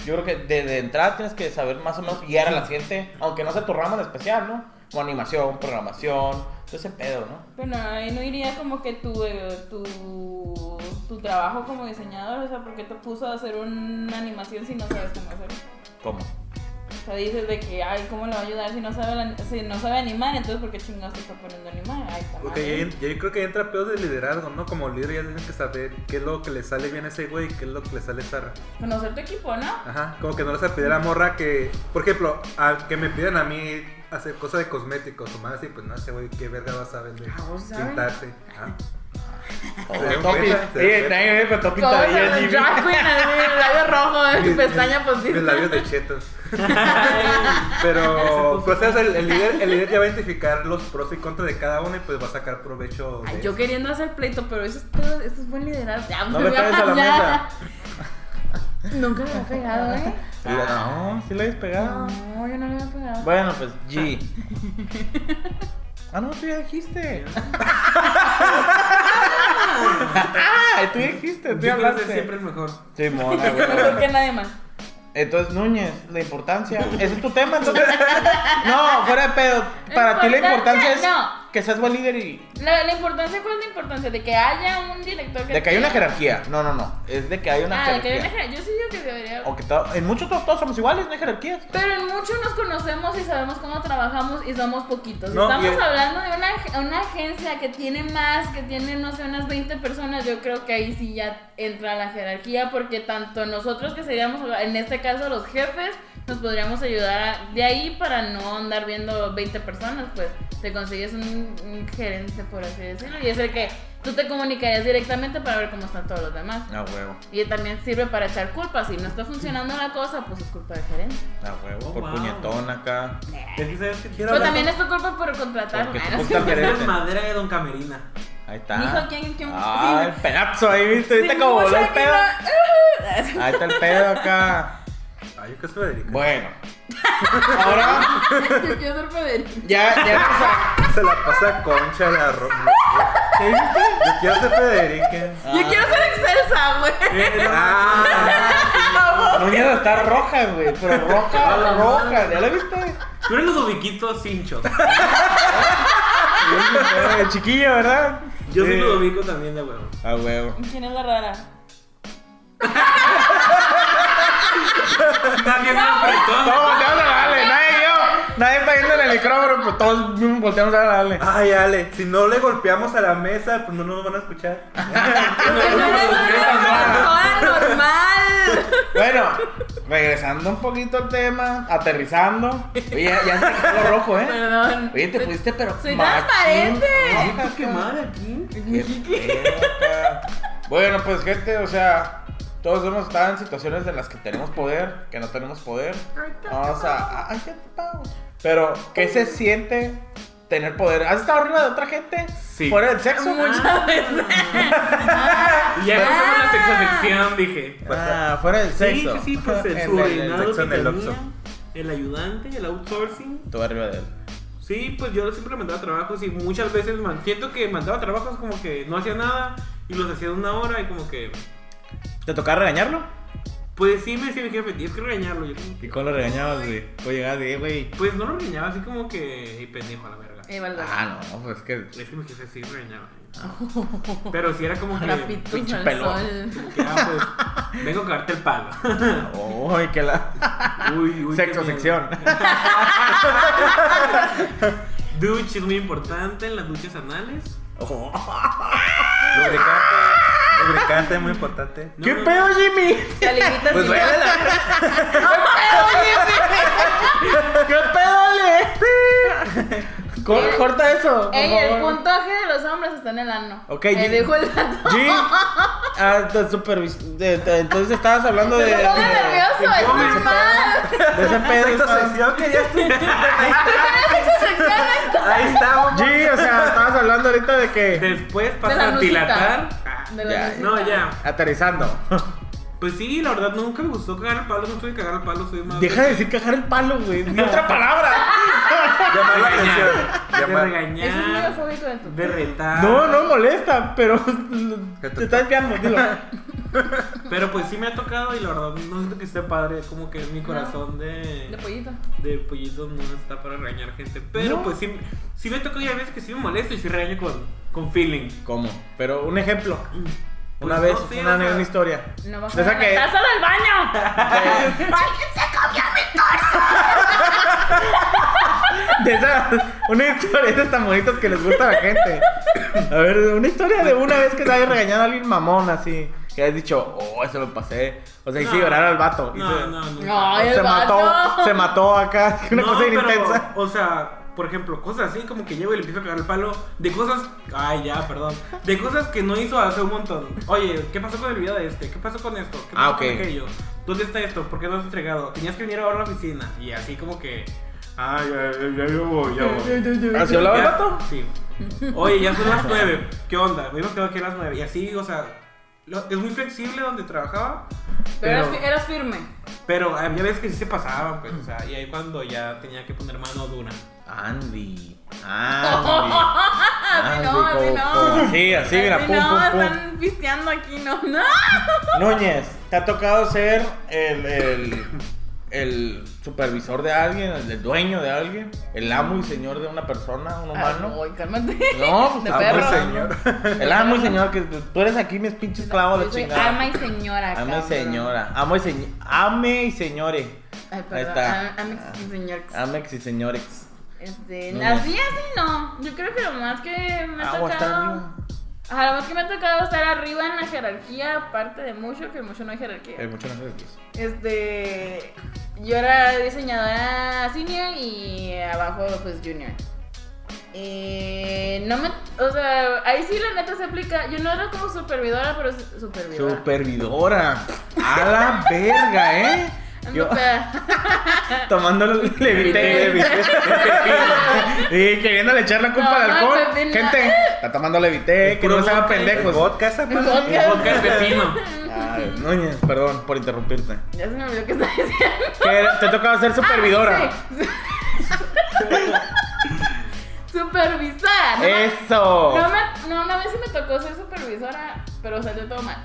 A: yo creo que de, de entrada tienes que saber más o menos guiar a la gente, aunque no sea tu rama en especial, ¿no? Como animación, programación, todo ese pedo, ¿no?
D: Bueno, ahí no iría como que tu, eh, tu, tu trabajo como diseñador, o sea, porque te puso a hacer una animación si no sabes cómo hacerlo?
A: ¿Cómo?
D: O sea, dices de que, ay, ¿cómo le va a ayudar si no sabe, la- si no sabe animar? Entonces, ¿por qué chingados te está poniendo a animar? Ay, está mal.
C: Porque yo, creo que entra peor de liderazgo, ¿no? Como líder ya tienes que saber qué es lo que le sale bien a ese güey y qué es lo que le sale zarra.
D: Conocer tu equipo, Pues, ¿no?
C: Ajá, como que no les vas a pedir a morra que, por ejemplo, a- que me pidan a mí hacer cosas de cosméticos o más así, pues no, ese güey, qué verga vas a vender.
D: Ah, vos sabes.
C: Pintarse.
D: *laughs*
C: Ah.
A: Oh,
C: Se
A: Topi.
C: cuenta, se
A: Oye,
C: cuenta.
A: nadie me ve, pero Topi
D: Todos
A: todavía
D: los
A: Jimmy.
D: drag queen, así, el
A: *laughs*
D: labio rojo, eh,
C: Mis-
D: pestaña
C: mis-
D: postiza.
C: Mis labios
D: *laughs*
C: de chetos.
E: Ay,
C: Pero, pues, o sea, el, el líder, el líder ya va a identificar los pros y contras de cada uno y pues va a sacar provecho. De
D: Ay, yo queriendo hacer pleito, pero eso es, todo- eso es buen liderazgo. Ya, pues,
A: No
D: me
A: me
D: voy a
A: pegues a la
D: callar. *laughs* Nunca me había pegado,
A: *laughs*
D: ¿eh?
A: No, sí la habéis pegado.
D: No, yo no le había pegado.
A: Bueno, pues
D: *laughs*
A: G. ah, no, tú ya dijiste. ah, tú ya dijiste,
E: Yo
A: tú ya
E: quiero ser
A: hablaste.
E: siempre el mejor.
A: Sí, mona,
D: Mejor que
A: güey.
D: nadie más.
A: Entonces, Núñez, la importancia. ¿Ese es tu tema? Entonces, no, fuera de pedo. Para ti la importancia es
D: No.
A: que seas buen líder y.
D: La, la importancia, ¿cuál es la importancia? De que haya un director que...
A: De que hay una
D: tenga-
A: jerarquía. No, no, no. Es de que hay una
D: Ah, de que
A: jerarquía.
D: hay una jerarquía. Yo sí digo que debería...
A: O que todo- en muchos todos, todos somos iguales, no hay jerarquías.
D: Pero en mucho nos conocemos y sabemos cómo trabajamos y somos poquitos.
C: No,
D: Estamos
C: y el-
D: hablando de una, ag- una agencia que tiene más, que tiene, no sé, unas 20 personas. Yo creo que ahí sí ya entra la jerarquía porque tanto nosotros que seríamos, en este caso los jefes, nos podríamos ayudar a- de ahí para no andar viendo 20 personas, pues te consigues un, un gerente, por así decirlo, y es el que tú te comunicarías directamente para ver cómo están todos los demás.
A: A huevo,
D: Y también sirve para echar culpas. Si no está funcionando la cosa, pues es culpa del gerente.
A: a huevo.
E: Oh,
A: por
E: wow.
A: puñetón acá.
E: Es que sabes que quiero
D: Pero
E: hablar
D: también es tu culpa por contratar.
A: Porque
D: Ah,
A: tú
D: no.
A: juntas
E: con-
A: gerente.
E: madera de Don Camerina.
A: Ahí está.
D: Mijo, ¿quién- quién-
A: Ah,
D: sí.
A: el pedazo ahí, viste. Viste
D: Sí,
A: cómo voló
D: mucho
A: el
D: que
A: pedo.
D: no-
A: Ahí está el pedo acá.
D: *laughs*
C: Ay, yo qué soy Federica.
A: Bueno, Ahora
D: *laughs* Yo sorprendería.
A: ya, ya
C: Se la pasa concha la ropa.
A: ¿Qué dijiste?
C: Yo quiero ser Federica.
D: *laughs*
A: Ah.
D: Yo quiero ser excelsa, güey.
C: Ah,
A: La uña está roja, güey. Pero
D: *laughs*
A: roja, roja. ¿Ya la viste?
E: Tú eres los ubiquitos hinchos.
A: El chiquillo, ¿verdad?
E: Yo soy
A: Sí.
E: los ubico también de *laughs* huevo.
A: Ah, huevo.
D: ¿Quién es la rara?
E: Nadie me apretó.
A: Todos volteamos a la Ale, nadie yo. Nadie está viendo en el micrófono, pero todos volteamos a la Ale.
C: Ay, Ale, si no le golpeamos a la mesa, pues no nos van a escuchar.
D: Porque no eres una persona normal.
A: Bueno, regresando un poquito al tema, aterrizando. Oye, ya, ya se quitó lo rojo, ¿eh?
D: Perdón.
A: Oye, te pusiste, pero.
D: Soy
A: machín
D: transparente.
A: roja,
E: Está quemada aquí.
A: Qué pedo, acá. Bueno, pues gente, o sea, todos hemos estado en situaciones en las que tenemos poder, que no tenemos poder. Vamos a. Ay, qué pago. Pero, ¿qué se siente tener poder? ¿Has estado arriba de otra gente?
E: Sí.
A: ¿Fuera del sexo?
D: Muchas veces.
E: Y ya empezamos la sexoficción, dije.
A: Ah, fuera del
E: Sí,
A: sexo.
E: sí, sí, pues el
A: En el- en el
E: subordinado
C: sexo
E: que
C: en el
E: tenía,
C: Oxxo.
E: el ayudante, el outsourcing.
A: Tú arriba de él.
E: Sí, pues yo siempre mandaba trabajos y muchas veces man- siento que mandaba trabajos como que no hacía nada y los hacía de una hora y como que,
A: ¿Te tocaba regañarlo?
E: pues sí me decía mi jefe, tienes que regañarlo. Yo como que,
A: ¿Y cómo lo regañabas, güey? O llegabas y, "Eh, güey.
E: pues no lo regañaba así como que, y pendejo a la verga.
D: Eh, Valdor.
A: Ah, no, pues es que.
E: Es que mi jefe sí regañaba. ¿eh? Pero sí era como que,
D: Trapitos
A: pinche
D: al
A: pelón.
D: sol.
E: como que, ah, pues, vengo a cagarte el palo. *laughs*
A: Uy, que la.
E: uy, uy.
A: Sexo
E: qué miedo.
A: sección.
E: Douche es muy importante en las duchas anales.
A: Oh,
C: Lubricante, lubricante muy importante.
E: No,
A: ¿Qué
E: no,
A: pedo, Jimmy?
D: Salivita
C: Pues
D: sin
C: vaya la-
A: *laughs* ¿Qué pedo, Ale? *laughs* Cor- corta eso. por
D: Ey, el
A: favor.
D: puntaje de los hombres está en el ano.
A: Ok,
D: Me
A: Jim.
D: dijo el
A: *laughs*
D: dato. *laughs*
A: Jim. Ah, te supervis- de- de- entonces estabas hablando de.
D: Se
A: de,
D: pone nervioso, es
E: ¿cómo me
D: normal.
A: *laughs*
D: *laughs*
A: de ese pedo.
C: Sexo
A: estabas-
C: sección que ya
A: *laughs*
D: ¿Tú eres excepcional
C: Ahí estamos.
A: Jim, o sea, estabas hablando ahorita de que.
E: Después
D: De la
E: para dilatar.
D: nucita.
E: Ah,
D: De la
A: ya.
D: nucita.
E: No, ya.
A: Aterrizando.
E: Pues sí, la verdad nunca me gustó cagar el palo, no soy de cagar el palo, soy
A: *laughs*
E: más.
A: Deja de decir cagar el palo, güey. Ni otra palabra.
C: Llamar la atención.
E: de
C: Llamar.
E: regañar,
D: Eso es muy eufórico de tu
E: de
A: *laughs*
E: retar.
A: No, no molesta, pero.
C: Que te-
A: Te estás quedando, dilo.
E: Pero pues sí me ha tocado y la verdad no siento que esté padre, como que mi corazón de,
D: De pollito.
E: de pollito no está para regañar gente. Pero
A: No.
E: pues sí, sí me tocó y hay veces que sí me molesto y sí regaño con, con feeling.
A: *laughs* ¿Cómo? Pero un ejemplo.
E: Pues
A: Una
E: no
A: vez,
E: sé,
A: una,
E: o sea,
A: una historia.
D: No
A: De
D: bajo
A: esa
D: la
A: que-
D: taza del baño.
A: *laughs* De esa, una historia, esas tan bonitas que les gusta a la gente. A ver, una historia de una vez que te hayas regañado a alguien mamón así. Que has dicho, oh, eso lo pasé. O sea, hice
E: No.
A: llorar al vato.
E: No,
A: Hice-
E: no, no.
D: No, el
A: se mató,
D: vato.
A: se mató acá. *laughs* Una
E: No,
A: cosa bien
E: pero,
A: intensa.
E: O sea, por ejemplo, cosas así como que llevo y le empiezo a cagar el palo de cosas. Ay, ya, perdón. De cosas que no hizo hace un montón. Oye, ¿qué pasó con el video de este? ¿Qué pasó con esto? ¿Qué pasó
A: Ah, ok.
E: con aquello? ¿Dónde está esto? ¿Por qué no has entregado? Tenías que venir ahora a la oficina. Y así como que. Ay, ya, ya, ya, yo voy, ya voy.
A: ¿Así hablaba el
E: Ya,
A: vato?
E: Sí. Oye, ya son las nueve. ¿Qué onda? Habíamos quedado aquí a las nueve. Y así, o sea, lo- es muy flexible donde trabajaba.
D: Pero eras,
E: Pero-
D: fi- eras firme.
E: Pero había veces que sí se pasaban, pues, o sea, y ahí cuando ya tenía que poner mano dura.
D: *laughs*
A: Andy. Andy.
D: Así Ah, no, así
A: Ah, como- como-
D: no.
A: Sí, así, mira,
D: Así
A: pum,
D: no,
A: pum, pum.
D: están pisteando aquí, no. No.
A: Núñez, ¿te ha tocado ser el, el, el supervisor de alguien, el, el dueño de alguien, el amo y señor de una persona, un humano?
D: Ay, cálmate.
A: *laughs* No, pues
D: Ah, De
A: amo
D: perro.
A: y señor. El amo y señor, que tú tú eres aquí mis pinches esclavos de
D: Yo soy
A: chingada.
D: ama y señora.
A: Ama y
D: cabrón.
A: señora. Amo y señor. Ame y señore.
D: Ay, perdón.
A: Ahí está. Ah.
D: am- ama y señor.
A: Amex y señores.
D: Este,
A: No.
D: así, así no. Yo creo que lo más que me ha
A: Ah, o hasta
D: tocado.
A: arriba.
D: Ajá, lo más que me ha tocado estar arriba en la jerarquía, aparte de mucho, que mucho no hay jerarquía.
A: Eh, mucho no sé qué es.
D: Este. Yo era diseñadora senior y abajo, pues junior. Eh, no me. O sea, ahí sí la neta se aplica. Yo no era como supervisora, pero sí- supervisora.
A: Supervidora. A la verga, ¿eh?
D: Ando
A: Yo
D: peda. *laughs*
A: tomando el levité. Y queriéndole echar la culpa
D: No,
A: al
D: no,
A: alcohol.
D: Pepín, no.
A: Gente, está tomando levité. Que no se hagan pendejos.
C: Vodka esa
D: Vodka.
E: Boca de pepino.
A: Ah, Núñez, perdón por interrumpirte.
D: Ya se me olvidó que estaba diciendo.
A: Que te toca ser supervidora.
D: Ah, Sí. *laughs* Supervisora. No, me-
A: Eso.
D: no, me, no, una vez sí me tocó ser supervisora, pero salió todo mal.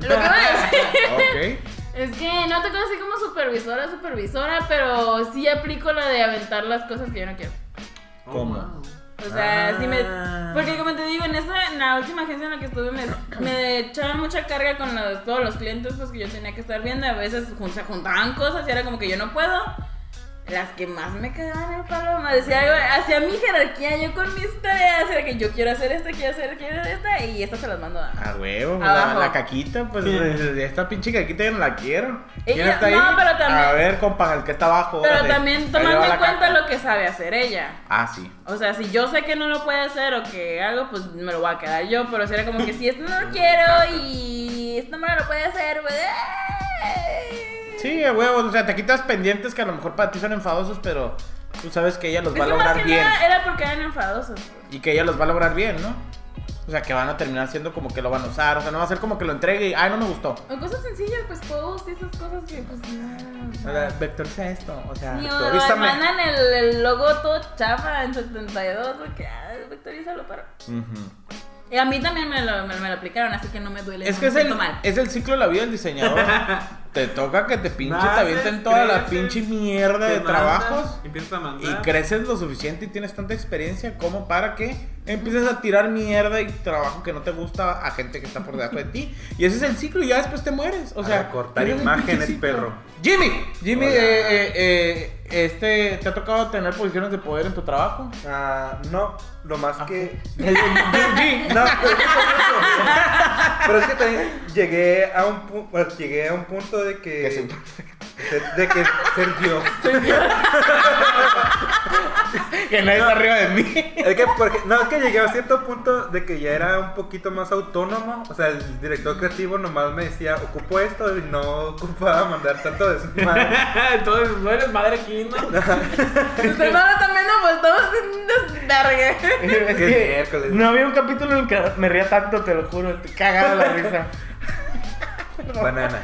D: Lo que voy a decir
A: Ok.
D: es que no te así como supervisora, supervisora, pero sí aplico la de aventar las cosas que yo no quiero.
E: Oh,
A: ¿Cómo?
D: O sea, sí me.
E: Ah.
D: Porque como te digo, en, esa, en la última agencia en la que estuve me, me echaba mucha carga con los- todos los clientes pues, que yo tenía que estar viendo. A veces jun- se juntaban cosas y era como que yo no puedo. Las que más me cagaban el palo, me decía algo, hacia mi jerarquía, yo con mis tareas, era que yo quiero hacer esta, quiero hacer, quiero esta, y estas se las mando a.
A: A huevo, la,
D: Abajo.
A: la caquita, pues
E: Sí.
A: de esta pinche caquita yo no la quiero. ¿Quién
D: Ella-
A: está ahí?
D: no, pero también-
A: A ver, compa, el que está abajo.
D: Pero
A: órale.
D: también
A: Ahí
D: tomando
A: va
D: en
A: la
D: cuenta
A: caca.
D: lo que sabe hacer ella.
A: Ah, sí.
D: O sea, si yo sé que no lo puede hacer o que algo, pues me lo voy a quedar yo. Pero si era como que
A: *laughs*
D: si esto no lo quiero y esto no me lo puede hacer, pues. ¡eh!
A: Sí, a huevo, o sea, te quitas pendientes que a lo mejor para ti son enfadosos, pero tú sabes que ella los
D: Es
A: va a
D: que más
A: lograr
D: que
A: bien.
D: nada era porque eran enfadosos. pues.
A: Y que ella los va a lograr bien, ¿no? O sea, que van a terminar siendo como que lo van a usar, o sea, no va a ser como que lo entregue y, ay, no me gustó.
D: O cosas sencillas, pues post y esas cosas que, pues. No, o
A: O
D: sea,
A: sea, vectoriza esto, o sea,
D: Ni o- o
A: vectorízame.
D: mandan el, el logo todo chafa en 72, de que ah, vectorízalo, pero.
A: Ujú.
D: Y a mí también me lo, me, lo- me lo aplicaron, así que no me duele.
A: Es
D: no
A: que
D: me
A: es el,
D: siento
A: *laughs*
D: mal.
A: es el ciclo de la vida del
D: *laughs*
A: diseñador. te toca que te pinche,
E: Naces,
A: te avienten toda la
E: creces,
A: pinche mierda de trabajos.
E: Oh, Empiezas a
A: Y
E: mandar.
A: creces lo suficiente y tienes tanta experiencia como para que empieces a tirar mierda y trabajo que no te gusta a gente que está por debajo de ti. Y ese es el ciclo y ya después te mueres. O sea,
C: A cortar
A: tienes un
C: imágenes,
A: pinche ciclo.
C: perro.
A: Jimmy, Jimmy,
C: Hola.
A: eh, eh, eh, este, ¿te ha tocado tener posiciones de poder en tu trabajo? *laughs*
C: Ah, no, lo más que.
A: Eh, eh, Jimmy,
C: *laughs* No, pero es que por eso. Pero es que también llegué a un punto, llegué a un punto de que,
A: Que soy
C: de- de que ser yo.
A: que nadie está arriba de
C: *laughs*
A: mí.
C: Es que porque- no, es que llegué a cierto punto de que ya era un poquito más autónomo. O sea, el director creativo nomás me decía, ocupo esto y no ocupaba mandar tanto de su madre.
E: Entonces, no eres madre aquí,
A: *laughs*
E: ¿no?
D: Nuestra hermana también no, pues estamos en un desvergue.
A: Es
C: Qué
A: que
C: miércoles.
A: no había un capítulo en el que me ría tanto, te lo juro. Te cagaba la
C: *laughs*
A: risa.
C: Banana.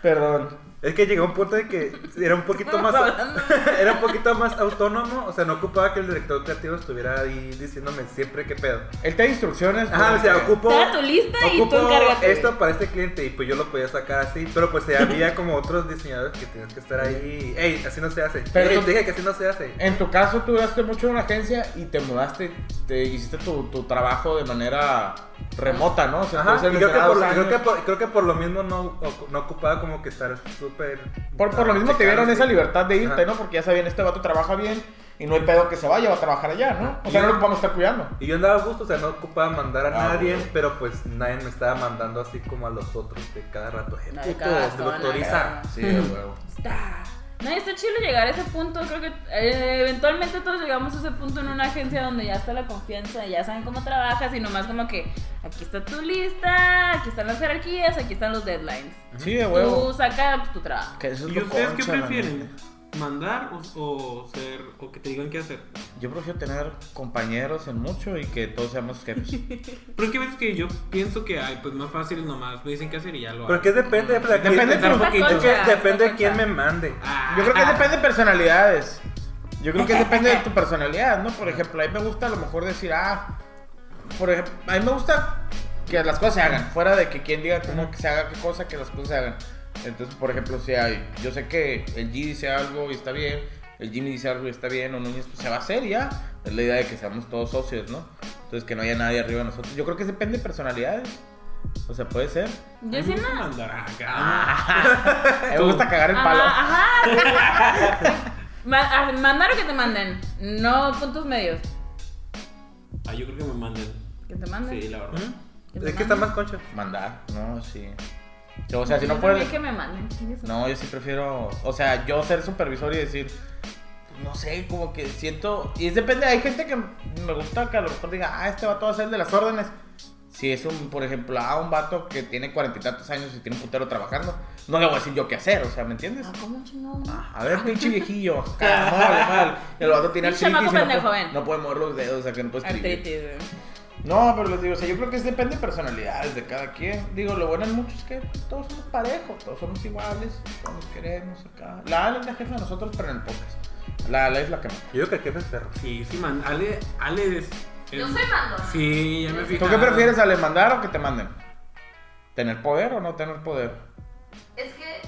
A: Perdón.
C: Es que llegué a un punto de que era un poquito más
D: Estamos hablando.
C: *laughs* era un poquito más autónomo, o sea, no ocupaba que el director creativo estuviera ahí diciéndome siempre qué pedo.
A: Él te da instrucciones.
C: Ajá,
A: pero
C: o sea,
A: que-
C: ocupo
D: Te da tu lista y tú
C: ocupo
D: encárgate.
C: esto para este cliente y pues yo lo podía sacar así, pero pues eh, había como otros diseñadores que tenían que estar ahí, ey, así no se hace.
A: Pero Eh,
C: Ey,
A: tú-
C: dije que así no se hace.
A: En tu caso, tú duraste mucho en una agencia y te mudaste, te hiciste tu, tu trabajo de manera remota, ¿no? O sea,
C: Ajá,
A: estuviste
C: y creo que,
A: encerrado
C: por,
A: dos
C: creo, que
A: años.
C: por, creo que por lo mismo no, ocu- no ocupaba como que estar súper...
A: Por, por
C: Ah,
A: lo mismo te dieron esa libertad de irte,
C: Ajá.
A: ¿no? Porque ya sabían, este vato trabaja bien y no hay pedo que se vaya, va a trabajar allá, ¿no? O sea,
C: Y-
A: no lo podemos estar cuidando.
C: Y yo andaba a gusto, o sea, no ocupaba mandar a
A: Ah,
C: nadie,
A: bueno.
C: pero pues nadie me estaba mandando así como a los otros de cada rato. Eh,
D: Ay,
C: puto,
D: cada zona,
C: doctoriza.
D: cada-
A: Sí, de huevo.
D: Está. Pues, No, y está chido llegar a ese punto. Creo que eh, eventualmente todos llegamos a ese punto en una agencia donde ya está la confianza, ya saben cómo trabajas y nomás como que aquí está tu lista, aquí están las jerarquías, aquí están los deadlines.
A: Sí, de
D: Tú
A: huevo.
D: saca pues, tu trabajo.
A: Que eso es
E: ¿Y
A: lo
E: ustedes qué
A: concha, la
E: prefieren?
A: neta.
E: ¿Mandar o, o ser o que te digan qué hacer?
A: Yo prefiero tener compañeros en mucho y que todos seamos
C: *laughs*
A: jefes.
E: Pero es que ves que yo pienso que ay, pues más fácil nomás me dicen qué hacer y ya lo hago.
C: Pero que depende, pues, aquí-
A: Depende
C: es
A: de-
C: que- es que
D: Está
C: depende de
D: concha.
C: quién me mande.
E: Ah,
A: Yo creo que
E: ah,
A: depende de personalidades. Yo creo que depende
D: *laughs*
A: de tu personalidad, ¿no? Por ejemplo, a mí me gusta a lo mejor decir, ah, por ejemplo, a mí me gusta que las cosas se hagan, fuera de que quien diga cómo que se haga qué cosa, que las cosas se hagan. Entonces, por ejemplo, si hay, yo sé que el G dice algo y está bien, el Jimmy dice algo y está bien, o Núñez, pues se va a hacer y ya. Es la idea de que seamos todos socios, ¿no? Entonces, que no haya nadie arriba de nosotros. Yo creo que depende de personalidades. O sea, puede ser.
E: a
D: Yo
E: mí
D: sí
E: me gusta
D: no.
E: mandar acá.
A: A mí me gusta cagar el palo.
D: Ajá,
A: *laughs*
D: ajá. Ma- a- mandar o que te manden. No puntos medios.
E: Ah, yo creo que me manden.
D: Que te manden.
E: Sí, la verdad.
C: Ah.
D: Que te
C: ¿Mm? Es que está
D: manden.
C: más concha.
A: Mandar, no, sí. O sea, si no Ah,
D: Yo
A: por el-
D: también que me manden. chingues.
A: No, yo sí prefiero, o sea, yo ser supervisor y decir, no sé, como que siento, y es depende, hay gente que me gusta que a lo mejor diga, ah, este vato va a ser de las órdenes. Si es un, por ejemplo, ah, un vato que tiene cuarenta y tantos años y tiene un putero trabajando, no le voy a decir yo qué hacer, o sea, ¿me entiendes?
D: Ah, ¿Cómo chingón?
A: Ah, a ver, pinche
D: *laughs*
A: viejillo, caramole, mal. El vato tiene artritis y
D: Pinche chamaco
A: no
D: pendejo,
A: puede,
D: ven.
A: no puede mover los dedos, o sea, que no puede escribir.
D: Artritis, güey.
A: No, pero les digo, o sea, yo creo que es depende de personalidades de cada quien. Digo, lo bueno en mucho es que todos somos parejos, todos somos iguales, todos nos queremos acá. La Ale es la jefa de nosotros, pero en el podcast. La Ale es la que más.
C: Yo digo que el jefe es perro.
E: Sí, sí, man. Ale, Ale es.
B: Yo
E: es-
B: soy mandona.
E: Sí, ya me
B: ¿Tú
E: fijé.
A: ¿Tú qué prefieres, Ale, mandar o que te manden? ¿Tener poder o no tener poder?
B: Es que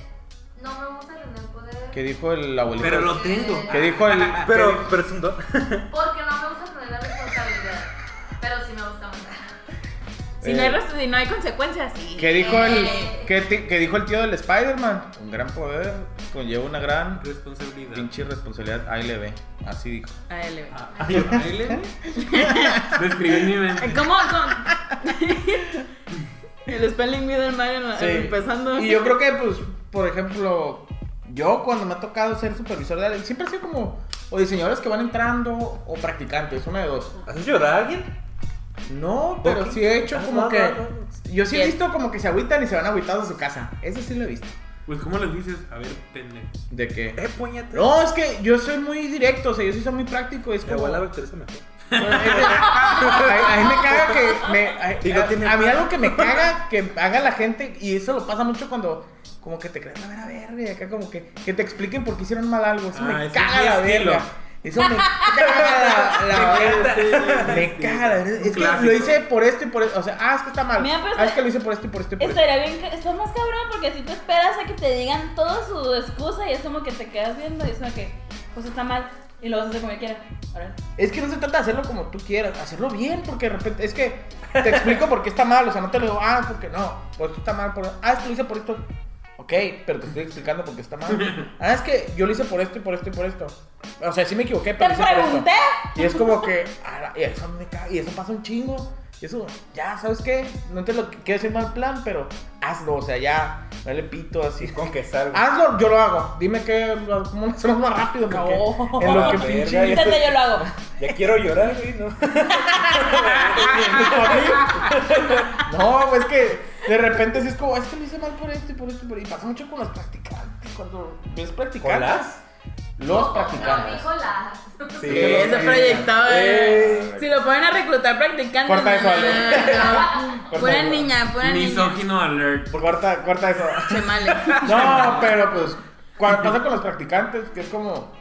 B: no me gusta tener poder.
A: ¿Qué dijo el abuelito?
E: Pero lo tengo.
A: ¿Qué dijo
E: *laughs*
A: el...?
C: Pero, pero es un don.
B: Porque no me gusta tener la responsabilidad. Pero sí me gusta mandar.
D: Si, no hay, res- Eh. si no hay consecuencias, sí.
A: Eh. ¿Qué dijo el, qué ti- qué dijo el tío del Spider-Man? Un gran poder conlleva una gran
E: Responsabilidad.
A: pinche responsabilidad. Ahí le ve. Así dijo.
D: A él le ve.
E: Ah, ay,
A: *laughs*
E: baile. Lo escribí en mi mente.
D: ¿Cómo? cómo? *laughs* el spelling bee del Mario
C: *laughs*
A: Sí.
D: empezando.
A: Y yo creo que, pues, por ejemplo, yo cuando me ha tocado ser supervisor de alguien, siempre he sido como o diseñadores que van entrando o practicantes, una de dos.
C: ¿Haces llorar a alguien?
A: No, pero
C: Ok.
A: sí he hecho
C: Ah,
A: como
C: no,
A: que.
C: no, no.
A: Yo sí he
D: Bien.
A: visto como que se agüitan y se van agüitados a su casa. Eso sí lo he visto.
E: Pues, ¿cómo les dices? A ver, pendejo.
A: De que.
C: Eh, puñete.
A: No, es que yo soy muy directo, o sea, yo sí soy muy práctico. Es
C: Mi
A: como.
C: abuela me interesa mejor. *laughs*
A: A, a mí me caga que me, a,
C: Y no
A: a-
C: tiene
A: a mí
C: pan.
A: algo que me caga que haga la gente y eso lo pasa mucho cuando como que te crees la vera verga y acá como que, que te expliquen por qué hicieron mal algo eso
E: Ah,
A: me
E: ese
A: caga
E: es
A: la
E: mi estilo.
A: verga eso me caga la, la verga me caga la verga. es que lo hice por esto y por esto o sea ah es que está mal
D: Mira, pero
A: ah es
D: está-
A: que lo hice por esto y por esto y por esto
D: Estaría bien, que- está más cabrón porque si tú esperas a que te digan toda su excusa y es como que te quedas viendo y es como que, pues está mal y lo vas a hacer como quieras. Ahora,
A: Es que no se trata de hacerlo como tú quieras, hacerlo bien, porque de repente, es que te explico por qué está mal, o sea, no te lo digo, ah, porque no, pues esto está mal, por, ah, es que lo hice por esto, ok, pero te estoy explicando por qué está mal, ah, es que yo lo hice por esto y por esto y por esto, o sea, sí me equivoqué,
D: ¡Te
A: pero lo hice por esto.
D: pregunté!
A: Y es como que, "A la- y eso, me caga, y eso pasa un chingo, y eso, ya, ¿sabes qué? No te lo quiero decir mal plan, pero hazlo, o sea, ya, dale pito
C: *laughs*
A: así.
C: Con que salga.
A: Hazlo, yo lo hago. Dime que cómo lo hacemos más rápido, porque
D: No.
A: en lo que
C: Verga,
A: pinche
C: ya
D: Quítate, yo lo
A: *laughs*
D: hago.
C: Ya quiero llorar, güey, ¿no?
A: *laughs* No, pues que de repente sí es como, es que lo hice mal por esto y por esto y por esto. Y pasa mucho con los practicantes. Cuando ves practicantes.
C: ¿Con las?
A: Los
B: No,
A: practicantes.
B: dijo las.
C: Sí.
A: Eh,
D: Ese proyectado
A: Eh.
D: eh. Si lo ponen a reclutar practicantes.
A: Corta eso,
D: no,
A: Ale.
D: no, *laughs* no.
A: Corta
D: Pura
A: eso.
D: niña, pura niña.
E: Misógino alert.
A: Corta, corta eso. *laughs*
D: Chemale.
A: No, pero pues, cuando pasa con los practicantes, que es como,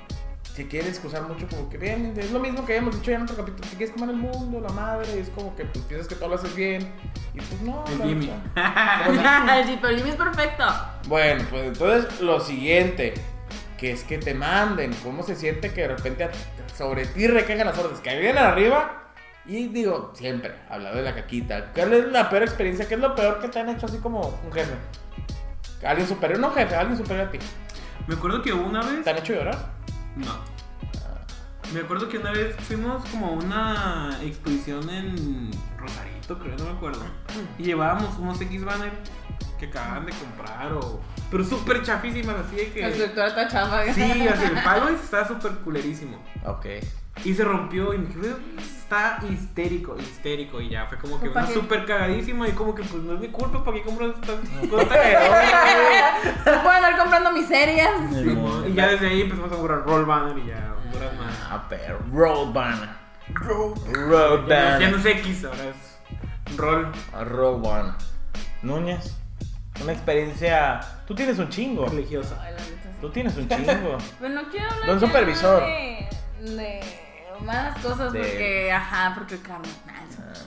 A: se quieren excusar mucho, como que vienen. Es lo mismo que habíamos dicho ya en otro capítulo. Te quieres comer el mundo, la madre. y es como que pues, piensas que todo lo haces bien. Y pues no.
E: El
A: la
E: Jimmy.
A: neta. Pero no.
D: *laughs* El Jimmy es perfecto.
A: Bueno, pues entonces lo siguiente, que es que te manden, cómo se siente que de repente a- sobre ti recaigan las órdenes, que vienen arriba y digo, siempre, hablado de la caquita, ¿cuál es la peor experiencia? ¿Qué es lo peor que te han hecho así como un jefe? Alguien superior, no jefe, alguien superior a ti.
E: Me acuerdo que una vez.
A: ¿Te han hecho llorar?
E: No. Me acuerdo que una vez fuimos como a una exposición en Rosarito, creo, no me acuerdo. Y llevábamos unos X banner que acababan de comprar o. Pero súper chafísimas, así de
D: La
E: que.
D: estructura está chafa. ¿eh?
E: Sí, así el palo estaba súper culerísimo.
A: Ok.
E: Y se rompió y mi jefe está histérico, histérico. Y ya fue como que
D: ¿Para
E: una
D: qué?
E: súper cagadísima. Y como que pues no es mi culpa, ¿para qué compras *laughs* estas
A: Pero,
E: cosas?
D: No *laughs* puedo andar comprando miserias.
A: Ah,
E: Simón, y ya desde ahí empezamos a comprar roll banner y ya, duras más.
A: a ver, roll banner. Roll,
E: Ya no- ya
A: banner.
E: no es X, ahora es roll.
A: Roll banner. Núñez, una experiencia... Tú tienes un chingo.
E: religiosa.
A: Tú tienes un chingo.
D: Pero no quiero hablar
A: Don
D: ya
A: supervisor.
D: de, de malas cosas
A: De-
D: porque, ajá, porque karma. nada, eso.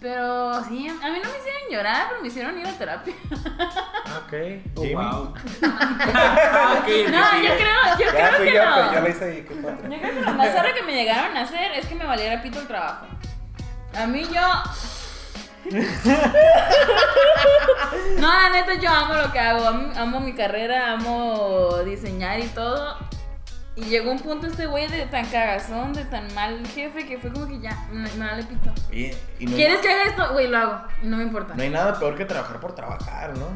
D: Pero sí, a mí no me hicieron llorar, pero me hicieron ir a terapia.
A: Ok.
E: Oh,
A: Jimmy.
E: wow. *laughs* Ah, ok, el que
D: *laughs* No,
E: sigue.
D: yo creo, yo
C: Ya,
D: creo
C: sí,
D: que
C: ya,
D: no.
C: pues, ya la hice ahí, qué padre.
D: Yo creo que lo más raro que me llegaron a hacer es que me valiera pito el trabajo. A mí
A: *laughs*
D: yo. No, la neta, yo amo lo que hago. Amo, amo mi carrera, amo diseñar y todo. Y llegó un punto este güey de tan cagazón, de tan mal jefe, que fue como que ya, no, no le pito.
A: Oye, y no, hay-
D: ¿Quieres que haga esto? Güey, lo hago. Y no me importa.
A: no hay nada peor que trabajar por trabajar, ¿no?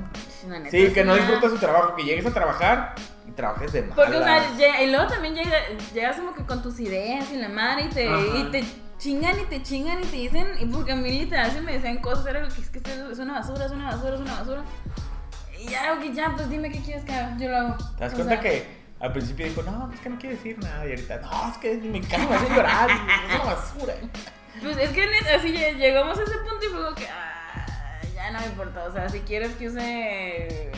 D: La neta,
A: Sí,
D: es
A: que no
D: una-
A: disfrutas tu trabajo, que llegues a trabajar y trabajes de malas.
D: Porque, o sea, llega- y luego también llega, llegas como que con tus ideas y la madre y te,
E: Ajá.
D: y te chingan y te chingan y te dicen, y porque a mí literal se me decían cosas, era como que es que esto es una basura, es una basura, es una basura. Y ya, ok, ya, pues dime qué quieres que haga, yo lo hago.
A: ¿Te das cuenta que al
D: *laughs*
A: principio dijo, no, es que no quiere decir nada? Y ahorita, no, es que me encanta, me hace llorar, es una basura.
D: Pues es que net- así lle- llegamos a ese punto y fue como que ah, ya no me importa. O sea, si quieres que use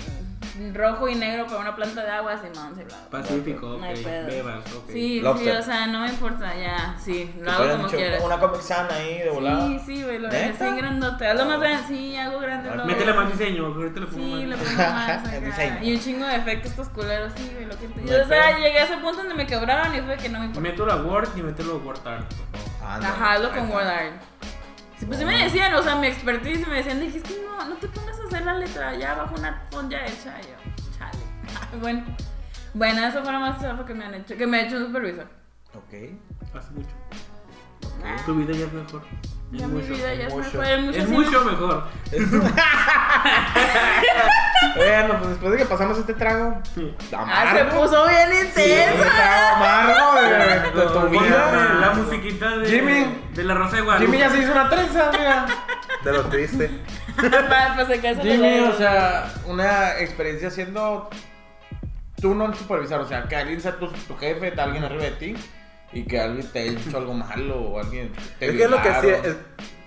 D: rojo y negro para una planta de agua, Simón, se bla.
E: Pacífico, ok.
D: No hay pedo.
E: Bebas, ok.
D: Sí, sí,
F: Lobster.
D: o sea, no me importa, ya, sí, lo
F: Te
D: hago
F: hubieran
D: como
F: hecho
D: quieras.
F: Una Comic Sans ahí de volada.
D: Sí, sí, güey, lo
F: ¿Neta?
D: dejas bien grandote. Hazlo más grande, sí, hago grande.
F: Claro.
D: lo-
E: Métele más diseño, ahorita le pongo
D: Sí, le
E: más.
D: pongo más acá.
F: El diseño.
D: Y un chingo de efectos estos culeros, sí, güey, lo que te...
F: No
D: Yo,
F: hay
D: o sea,
F: pedo.
D: llegué a ese punto donde me quebraron y fue que no me importa.
E: Mételo a Word y mételo a Word Art, por favor.
F: Ándale,
D: Ajá, hazlo
F: ahí
D: con
F: está.
D: WordArt. Sí, pues sí me decían, o sea, mi expertise me decían, dijiste, no, no te pongas a hacer la letra, ya bajo una ponja hecha. Y yo, chale. *laughs* bueno, bueno, eso fue lo más chafa que me han hecho, que me ha hecho un supervisor.
F: Ok.
E: Hace mucho.
D: Ah,
E: Tu vida ya es mejor. Es
D: ya mi
E: mucho.
D: vida ya se me
F: mucho.
D: fue, mucho.
E: Es
D: sí.
E: mucho mejor.
A: Eh, Bueno, pues después de que pasamos este trago.
E: Sí.
D: Ah, se
A: Amargo.
D: puso bien
A: Este
D: intenso.
A: trago amargo de, de tu
E: Póngame La
A: vida.
E: musiquita de,
A: Jimmy.
E: de la Rosa de Guadalupe.
A: Jimmy ya se hizo una trenza, mira.
C: De lo triste.
D: *laughs* Para pues, para sacarse la
A: Jimmy,
D: letra.
A: o sea, una experiencia siendo tú no el supervisor, o sea, que alguien sea tu, tu jefe, está alguien arriba de ti y que alguien te haya hecho algo malo o alguien te
C: Es que es lo que
A: violaron.
C: hacía. es-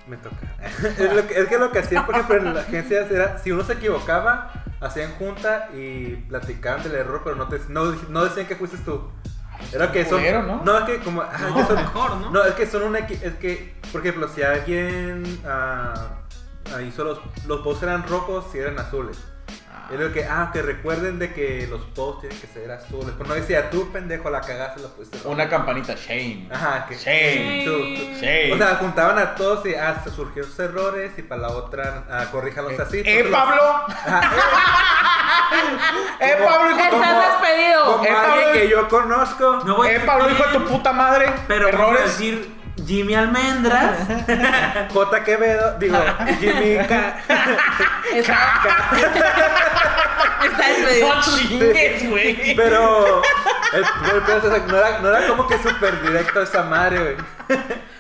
C: me toca. *laughs* es, lo que, es que lo que hacían, por ejemplo, en las agencias era: si uno se equivocaba, hacían junta y platicaban del error, pero no, te, no, no decían que fuiste tú. Era que son.
A: culero, ¿no?
C: es que como. ah, es que
A: *laughs*
E: No,
C: son-
E: mejor, ¿no?
C: no, es que son una. equi- Es que, por ejemplo, si alguien. ah, ah, hizo los, los posts eran rojos, si eran azules.
A: Ah,
C: Es lo que, ah, que recuerden de que los posts tienen que ser azules. Pero no decía, tú pendejo, la cagaste, la pusiste roja".
A: una campanita shame.
C: Ajá, que.
A: Shame.
C: tú- tú-
A: Shame.
C: o sea, juntaban a todos y ah, se surgieron sus errores y para la otra ah, corríjalos así.
A: eh,
C: Porque-
A: Pablo. eh, Pablo, hijo de tu
D: Estás despedido.
C: Como
A: Eh, Pablo.
C: alguien que yo conozco.
E: No voy a
A: Eh, Pablo, hijo de tu puta madre.
E: Pero vamos a
A: errores.
E: decir *laughs* Jimmy
A: *laughs*
E: Almendras.
C: J. Quevedo, digo, Jimmy K.
D: Está, *laughs* está despedido.
A: No chingues, güey.
C: Pero el, el pedo es eso, no, era, no era como que súper directo esa madre, güey.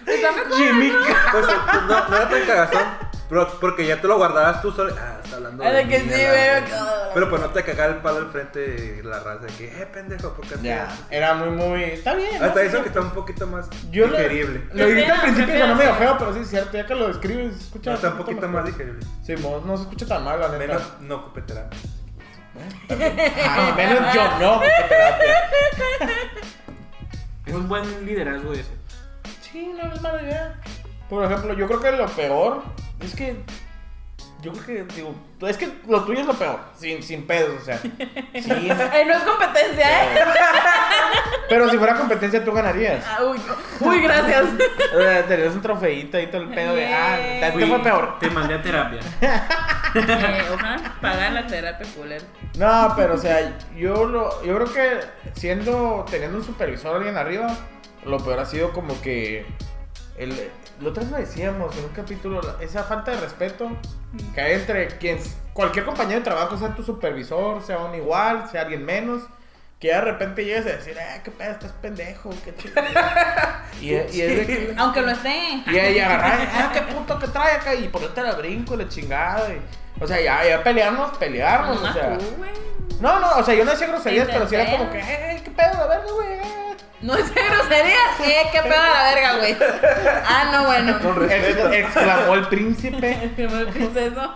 D: Está mejor.
A: Jimmy,
C: Pues no, no era tan cagazón. pero- porque ya te lo guardabas tú solo. Ah, está hablando.
D: Era que
C: mí,
D: sí, ah,
C: la-
D: veo que-
C: Pero pues no te cagaba el palo al frente de la raza. De que, eh, pendejo, ¿por qué haces
A: Ya,
C: eso?"
A: era muy, muy. Está bien. ¿no?
C: Hasta eso que está un poquito más
A: Yo lo-
C: digerible.
A: Lo grité al
D: Prefiero-
A: principio
D: prefiero
A: sonó medio
D: hacer-
A: feo, pero sí es cierto. Ya que lo describes, se escucha.
C: No, está un
A: bastante
C: poquito más digerible.
A: Sí, mo- no se escucha tan mal, la neta.
C: Menos no ocupe terapia.
A: *laughs* Ah, menos yo
D: *laughs*
A: no.
E: es un buen liderazgo eso.
A: Este Sí, no es mala idea. Por ejemplo, yo creo que lo peor es que. Yo creo que, digo, es que lo tuyo es lo peor, sin, sin pedos, o sea.
D: *laughs*
A: Sí.
D: Eh, no es competencia, ¿eh?
A: Pero si fuera competencia, tú ganarías.
D: Ah, uy, uy, gracias.
A: O sea, Tenías un trofeíto ahí todo el pedo de, ah, este fue
E: Fui-
A: peor.
E: Te mandé a terapia.
D: Eh, ojalá pagar la terapia culera.
A: No, pero o sea, yo lo, yo creo que siendo, teniendo un supervisor alguien arriba, lo peor ha sido como que el, lo otra vez lo decíamos en un capítulo, la- esa falta de respeto que hay entre quien, cualquier compañero de trabajo, sea tu supervisor, sea un igual, sea alguien menos, que de repente llegues a decir, ah, qué pedo, estás pendejo, qué
D: *laughs*
A: chido. y, y es de que-
D: Aunque lo esté.
A: y ahí agarrar, ah, qué puto que trae acá, y ponerte la brinco, y la chingada. y- o sea, ya, ya pelearnos, pelearnos, o
D: Nomás
A: sea.
D: tú, güey.
A: No, no, o sea, yo no decía groserías,
D: Te
A: pero sí era
D: enteras.
A: como que, eh, qué pedo, la verga, güey. eh".
D: No es groserías. Eh, qué pedo a la verga, güey. Ah, no, bueno.
A: Ex- Exclamó el príncipe.
D: Primer princeso.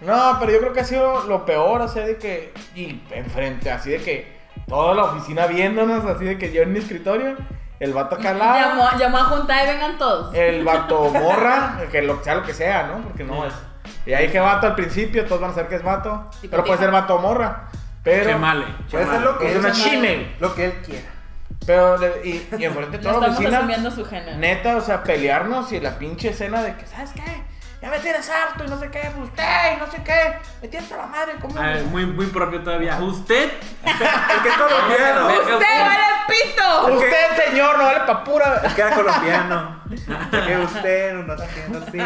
A: No, pero yo creo que ha sido lo peor, o sea, de que, y enfrente, así de que, toda la oficina viéndonos, así de que yo en mi escritorio, el vato acá al lado,
D: Llamó, llamó a juntar y vengan todos.
A: el vato morra, que lo, sea lo que sea, ¿no? Porque no es. Y ahí que vato al principio, todos van a saber que es vato,
D: Tipo,
A: pero puede
D: tipo.
A: ser vato o morra. *laughs* Pero,
E: Chemale.
C: Puede ser
E: chemale.
C: lo que
A: Es
C: él-
A: una chimel.
C: Lo que él quiera.
A: pero, le- y, y enfrente de
D: No
A: toda la
D: estamos
A: oficina.
D: asumiendo su género.
A: Neta, o sea, pelearnos y la pinche escena de que, ¿sabes qué? Ya me tienes harto y no sé qué, pues, usted y no sé qué, me tienes hasta la madre, ¿cómo?
E: Ah, muy, muy propio todavía. Usted.
C: El que es colombiano.
D: ¡Usted vale pito!
A: usted, señor, no vale pa' pura.
C: El que era colombiano. El que usted no está haciendo así.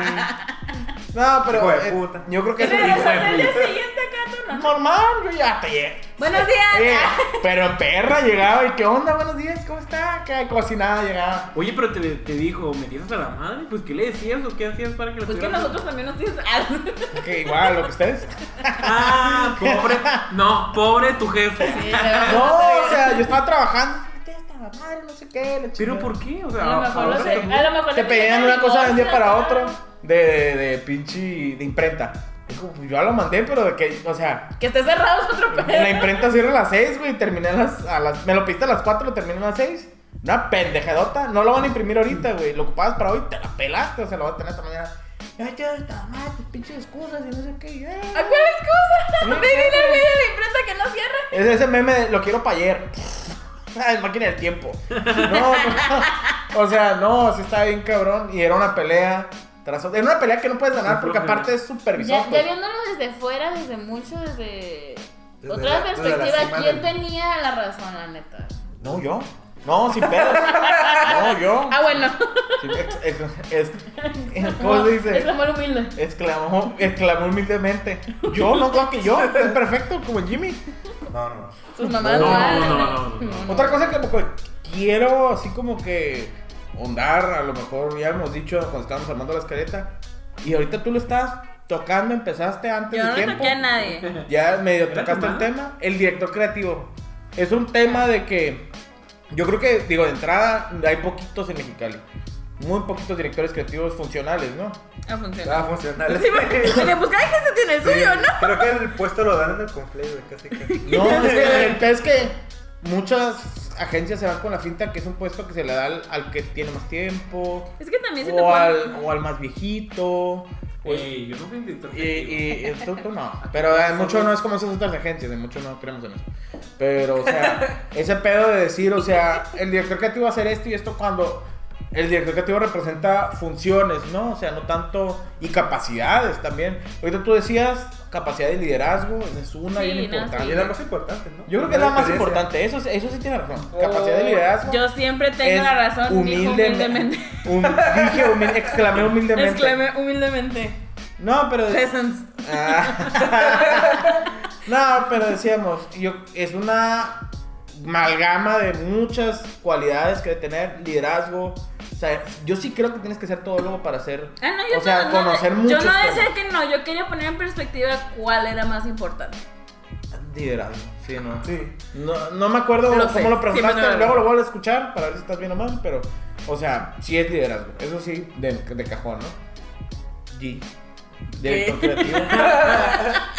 A: No, pero.
C: Hijo de
A: eh,
C: puta.
A: yo creo que
D: ¿Qué
A: es
D: te vas a hacer el
E: güey.
D: día siguiente, Cato? No.
A: normal, yo ya te llegué.
D: Buenos días.
A: Eh, pero perra llegaba y, ¿qué onda? Buenos días, ¿cómo está? Que cocinada llegaba.
E: Oye, pero te, te dijo, ¿me tienes a la madre? Pues, ¿qué le decías o qué hacías para que lo
D: Pues que
E: tuvieras?
D: nosotros también nos dicen.
A: Que igual, lo que ustedes.
E: Ah, pobre. No, pobre tu jefe.
A: No, o sea, yo estaba trabajando. "Me tienes hasta la madre, no sé qué. la
E: ¿Pero
A: chingada".
E: por qué? O sea,
D: A lo
E: a-
D: mejor
E: a
D: lo
E: otro
D: sé.
E: mundo.
D: A lo mejor
A: Te
D: le
A: pedían
D: pedían
A: una cosa de un día
D: divorcio,
A: para
D: ¿no?
A: otro de, de, de pinche de imprenta. Dijo, pues, yo lo mandé, pero de que, o
D: *laughs*
A: sea,
D: Que esté cerrado es otro pedo.
A: la imprenta cierra a las 6, güey, y terminé a las, a las. Me lo pediste a las 4, lo terminé a las 6. Una pendejadota. No lo van a imprimir ahorita, güey. Lo ocupabas para hoy, te la pelaste, o sea, lo vas a tener esta mañana. Ya, ya, está mal, tus pinches excusas y no sé qué. ya.
D: ¿A cuál excusa?
A: Sí,
D: Me
A: sí,
D: dile al
A: sí.
D: medio de la imprenta que no cierra.
A: Es ese meme de, lo quiero para ayer. *laughs* Ah, es máquina del tiempo. No, no. O sea, no, sí estaba bien cabrón. Y era una pelea. Tras otra. Era una pelea que no puedes ganar porque aparte es supervisor.
D: Ya, ya
A: pues.
D: viéndolo desde fuera, desde mucho, desde,
C: Desde
D: otra
C: la- desde la
D: perspectiva,
C: cima
D: ¿quién
C: del-
D: tenía la razón, la neta?
A: No, yo. No, sin pedos. No,
D: *laughs*
A: yo.
D: Ah, bueno.
A: Sí, ex- ex- ex- ¿Cómo se
D: Es
A: dice?
D: la mano humilde.
A: Exclamó, exclamó humildemente. Yo, no, claro que yo. Es perfecto, como Jimmy.
C: No, no, no.
D: Sus mamás
E: No,
D: mal,
E: no, no, no, no.
A: Otra cosa que como que quiero así como que ondar, a lo mejor ya hemos dicho cuando estábamos armando la escaleta, y ahorita tú lo estás tocando, empezaste antes
D: Yo
A: de
D: no le
A: tiempo.
D: toqué a nadie.
A: Ya medio
E: ¿Era
A: tocaste
E: tu
A: el
E: mano?
A: tema. El director creativo. Es un tema de que yo creo que, digo, de entrada hay poquitos en Mexicali. Muy poquitos directores creativos funcionales, ¿no?
D: Ah, funciona.
C: Ah, funcional.
D: Sí, porque porque, pues cada quien se tiene el suyo, ¿no?
C: Creo que el puesto lo dan en el conflicto, güey, casi casi.
A: No, es que el pedo es que muchas agencias se van con la finta que es un puesto que se le da al, al que tiene más tiempo.
D: Es que también se te
A: o, al,
D: ponen-
A: o al más viejito. o- eh,
E: Ey, yo no soy director
A: y,
E: creativo.
A: y- y tú, tú *laughs* no. Pero eh, mucho no es como esas otras agencias, de mucho no creemos en eso. Pero, o *laughs* sea, ese pedo de decir, o sea, el director creativo va a hacer esto y esto cuando el director creativo representa funciones, ¿no? O sea, no tanto. Y capacidades también. Ahorita tú decías capacidad de liderazgo, esa es una
D: Sí,
A: bien
D: no,
A: importante.
C: Y es la más importante, ¿no?
A: Yo creo que es la más Oh,
C: experiencia.
A: importante, eso, sí- eso sí tiene razón. Capacidad de liderazgo.
D: Yo siempre tengo
A: es
D: la razón, dijo
A: humilde-
D: humildemente.
A: hum- dije humilde, exclamé humildemente.
D: Exclamé Pues humildemente.
A: No, pero.
D: Peasants.
A: Ah. *laughs* no, pero decíamos, yo, es una amalgama de muchas cualidades que de tener liderazgo. O sea, yo sí creo que tienes que ser todólogo para ser.
D: Ah, no, yo
A: o sea,
D: no, no,
A: conocer
D: Yo
A: muchos
D: no decía
A: temas.
D: que no, yo quería poner en perspectiva cuál era más importante.
A: Liderazgo, sí, no.
C: Sí.
A: No, no me acuerdo
D: Lo sé,
A: cómo lo preguntaste,
D: siempre me lo
A: luego
D: digo.
A: lo vuelvo a escuchar para ver si estás bien o mal, pero, o sea, sí es liderazgo, eso sí, de, de cajón, ¿no? G. Director
D: *laughs*
A: creativo.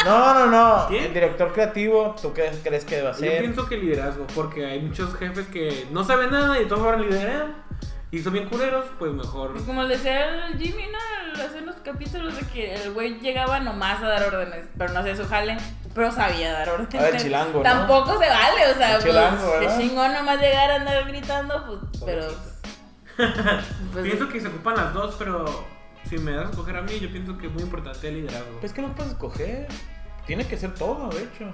A: No, no, no.
E: ¿Qué?
A: El director creativo, ¿tú qué crees que debe
E: Yo
A: ser?
E: pienso que liderazgo, porque hay muchos jefes que no saben nada y todos ahora lideran y son bien culeros, pues mejor.
D: Pues como le decía el Jimmy, ¿no? Hace unos capítulos de que el güey llegaba nomás a dar órdenes, pero no hacía su jale, pero sabía dar órdenes.
A: Ah, el chilango, ¿no?
D: Tampoco se vale, o sea,
A: El chilango,
D: pues,
A: ¿verdad?
D: qué chingón nomás llegar a andar gritando, pues, pero...
A: *laughs*
D: pues,
E: pienso que se ocupan las dos, pero si me das a escoger a mí, yo pienso que es muy importante el liderazgo.
D: Pues,
A: Es que no puedes escoger. Tiene que ser todo, de hecho.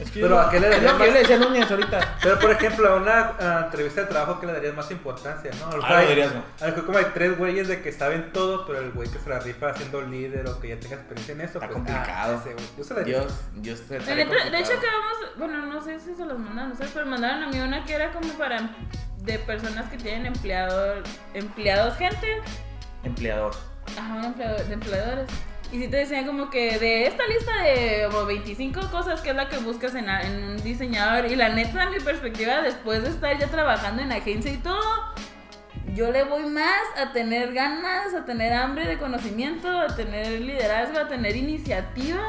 A: Es que
C: Pero,
A: yo-
C: ¿a qué le
A: es
C: darías
A: lo que yo
C: más?
A: le decía a Núñez ahorita.
C: Pero, por ejemplo, a una ah, entrevista de trabajo, que le darías más importancia? ¿no? A lo mejor
A: Ah, le
C: hay-
A: darías más.
C: A lo mejor como hay tres güeyes de que saben todo, pero el güey que se la rifa siendo líder o que ya tenga experiencia en eso.
A: Está
C: pues,
A: complicado.
C: ah, ese güey. yo se la daría.
A: Dios, Dios se
D: De, hecho- pues, de hecho acabamos, bueno, no sé si se los mandaron ustedes, pero mandaron a mí una que era como para de personas que tienen empleador, empleados gente,
A: Empleador.
D: Ajá, un empleador- de empleadores. Y si te decían como que de esta lista de como 25 cosas que es la que buscas en, a- en un diseñador. Y la neta, mi perspectiva, después de estar ya trabajando en agencia y todo, yo le voy más a tener ganas, a tener hambre de conocimiento, a tener liderazgo, a tener iniciativa.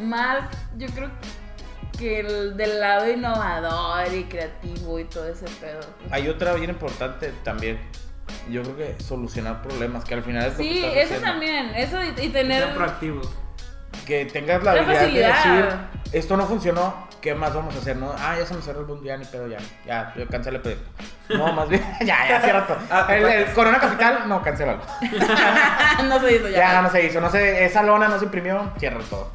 D: Más, yo creo que el del lado innovador y creativo y todo ese pedo.
A: Hay otra bien importante también. Yo creo que solucionar problemas, que al final es lo que
D: Sí,
A: estás
D: eso
A: haciendo.
D: también, eso y, y
E: Que
D: tener...
E: sean proactivos.
A: Que tengas la,
D: La
A: habilidad de
D: facilidad.
A: decir, esto no funcionó, ¿qué más vamos a hacer? No, ah, ya se me cerró el mundo, ya ni pedo, ya. Ya, yo cancelé el proyecto.
D: *laughs*
A: No, más bien, *laughs* ya, ya, cierra todo.
C: Ah,
A: El, el
C: pues.
A: Corona Capital, no,
D: *laughs*
A: cancélalo.
D: *laughs* no se hizo ya.
A: Ya, no se hizo, no se, esa lona no se imprimió, cierra todo.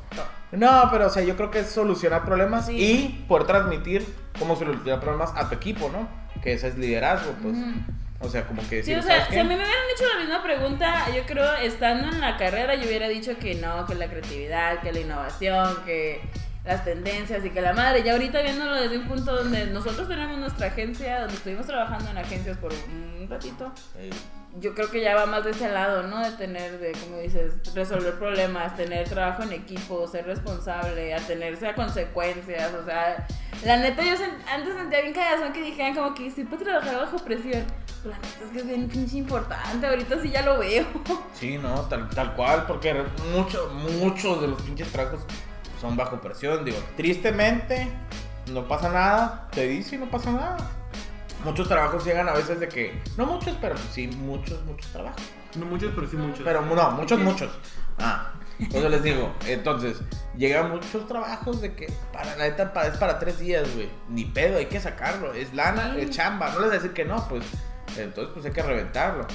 A: No, pero o sea, yo creo que es solucionar problemas
D: Sí.
A: y poder transmitir cómo solucionar problemas a tu equipo, ¿no? Que ese es liderazgo, pues.
D: Ujú.
A: O sea, como que
D: Sí,
A: decir,
D: o
A: ¿sabes
D: sea,
A: qué?
D: si a mí me hubieran hecho la misma pregunta, yo creo, estando en la carrera, yo hubiera dicho que no, que la creatividad, que la innovación, que las tendencias y que la madre. Ya ahorita viéndolo desde un punto donde nosotros tenemos nuestra agencia, donde estuvimos trabajando en agencias por un ratito,
A: Eh,
D: yo creo que ya va más de ese lado, ¿no? De tener, de como dices, resolver problemas, tener trabajo en equipo, ser responsable, atenerse a consecuencias, o sea, la neta yo sen- antes sentía bien cagazón que dijeran como que siempre trabajar bajo presión, la neta es que es bien pinche importante, ahorita sí ya lo veo. *laughs*
A: Sí, no, tal, tal cual, porque muchos, muchos de los pinches trabajos son bajo presión. Digo, tristemente, no pasa nada, te dice y no pasa nada. Muchos trabajos llegan a veces de que, no muchos, pero sí, muchos, muchos trabajos.
E: No muchos, pero sí muchos.
A: Pero no, muchos, muchos. Ah, entonces les digo, entonces, llegan muchos trabajos de que para la neta pa- es para tres días, güey. Ni pedo, hay que sacarlo. Es lana, es chamba. No les voy a decir que no, pues. Entonces, pues hay que reventarlo.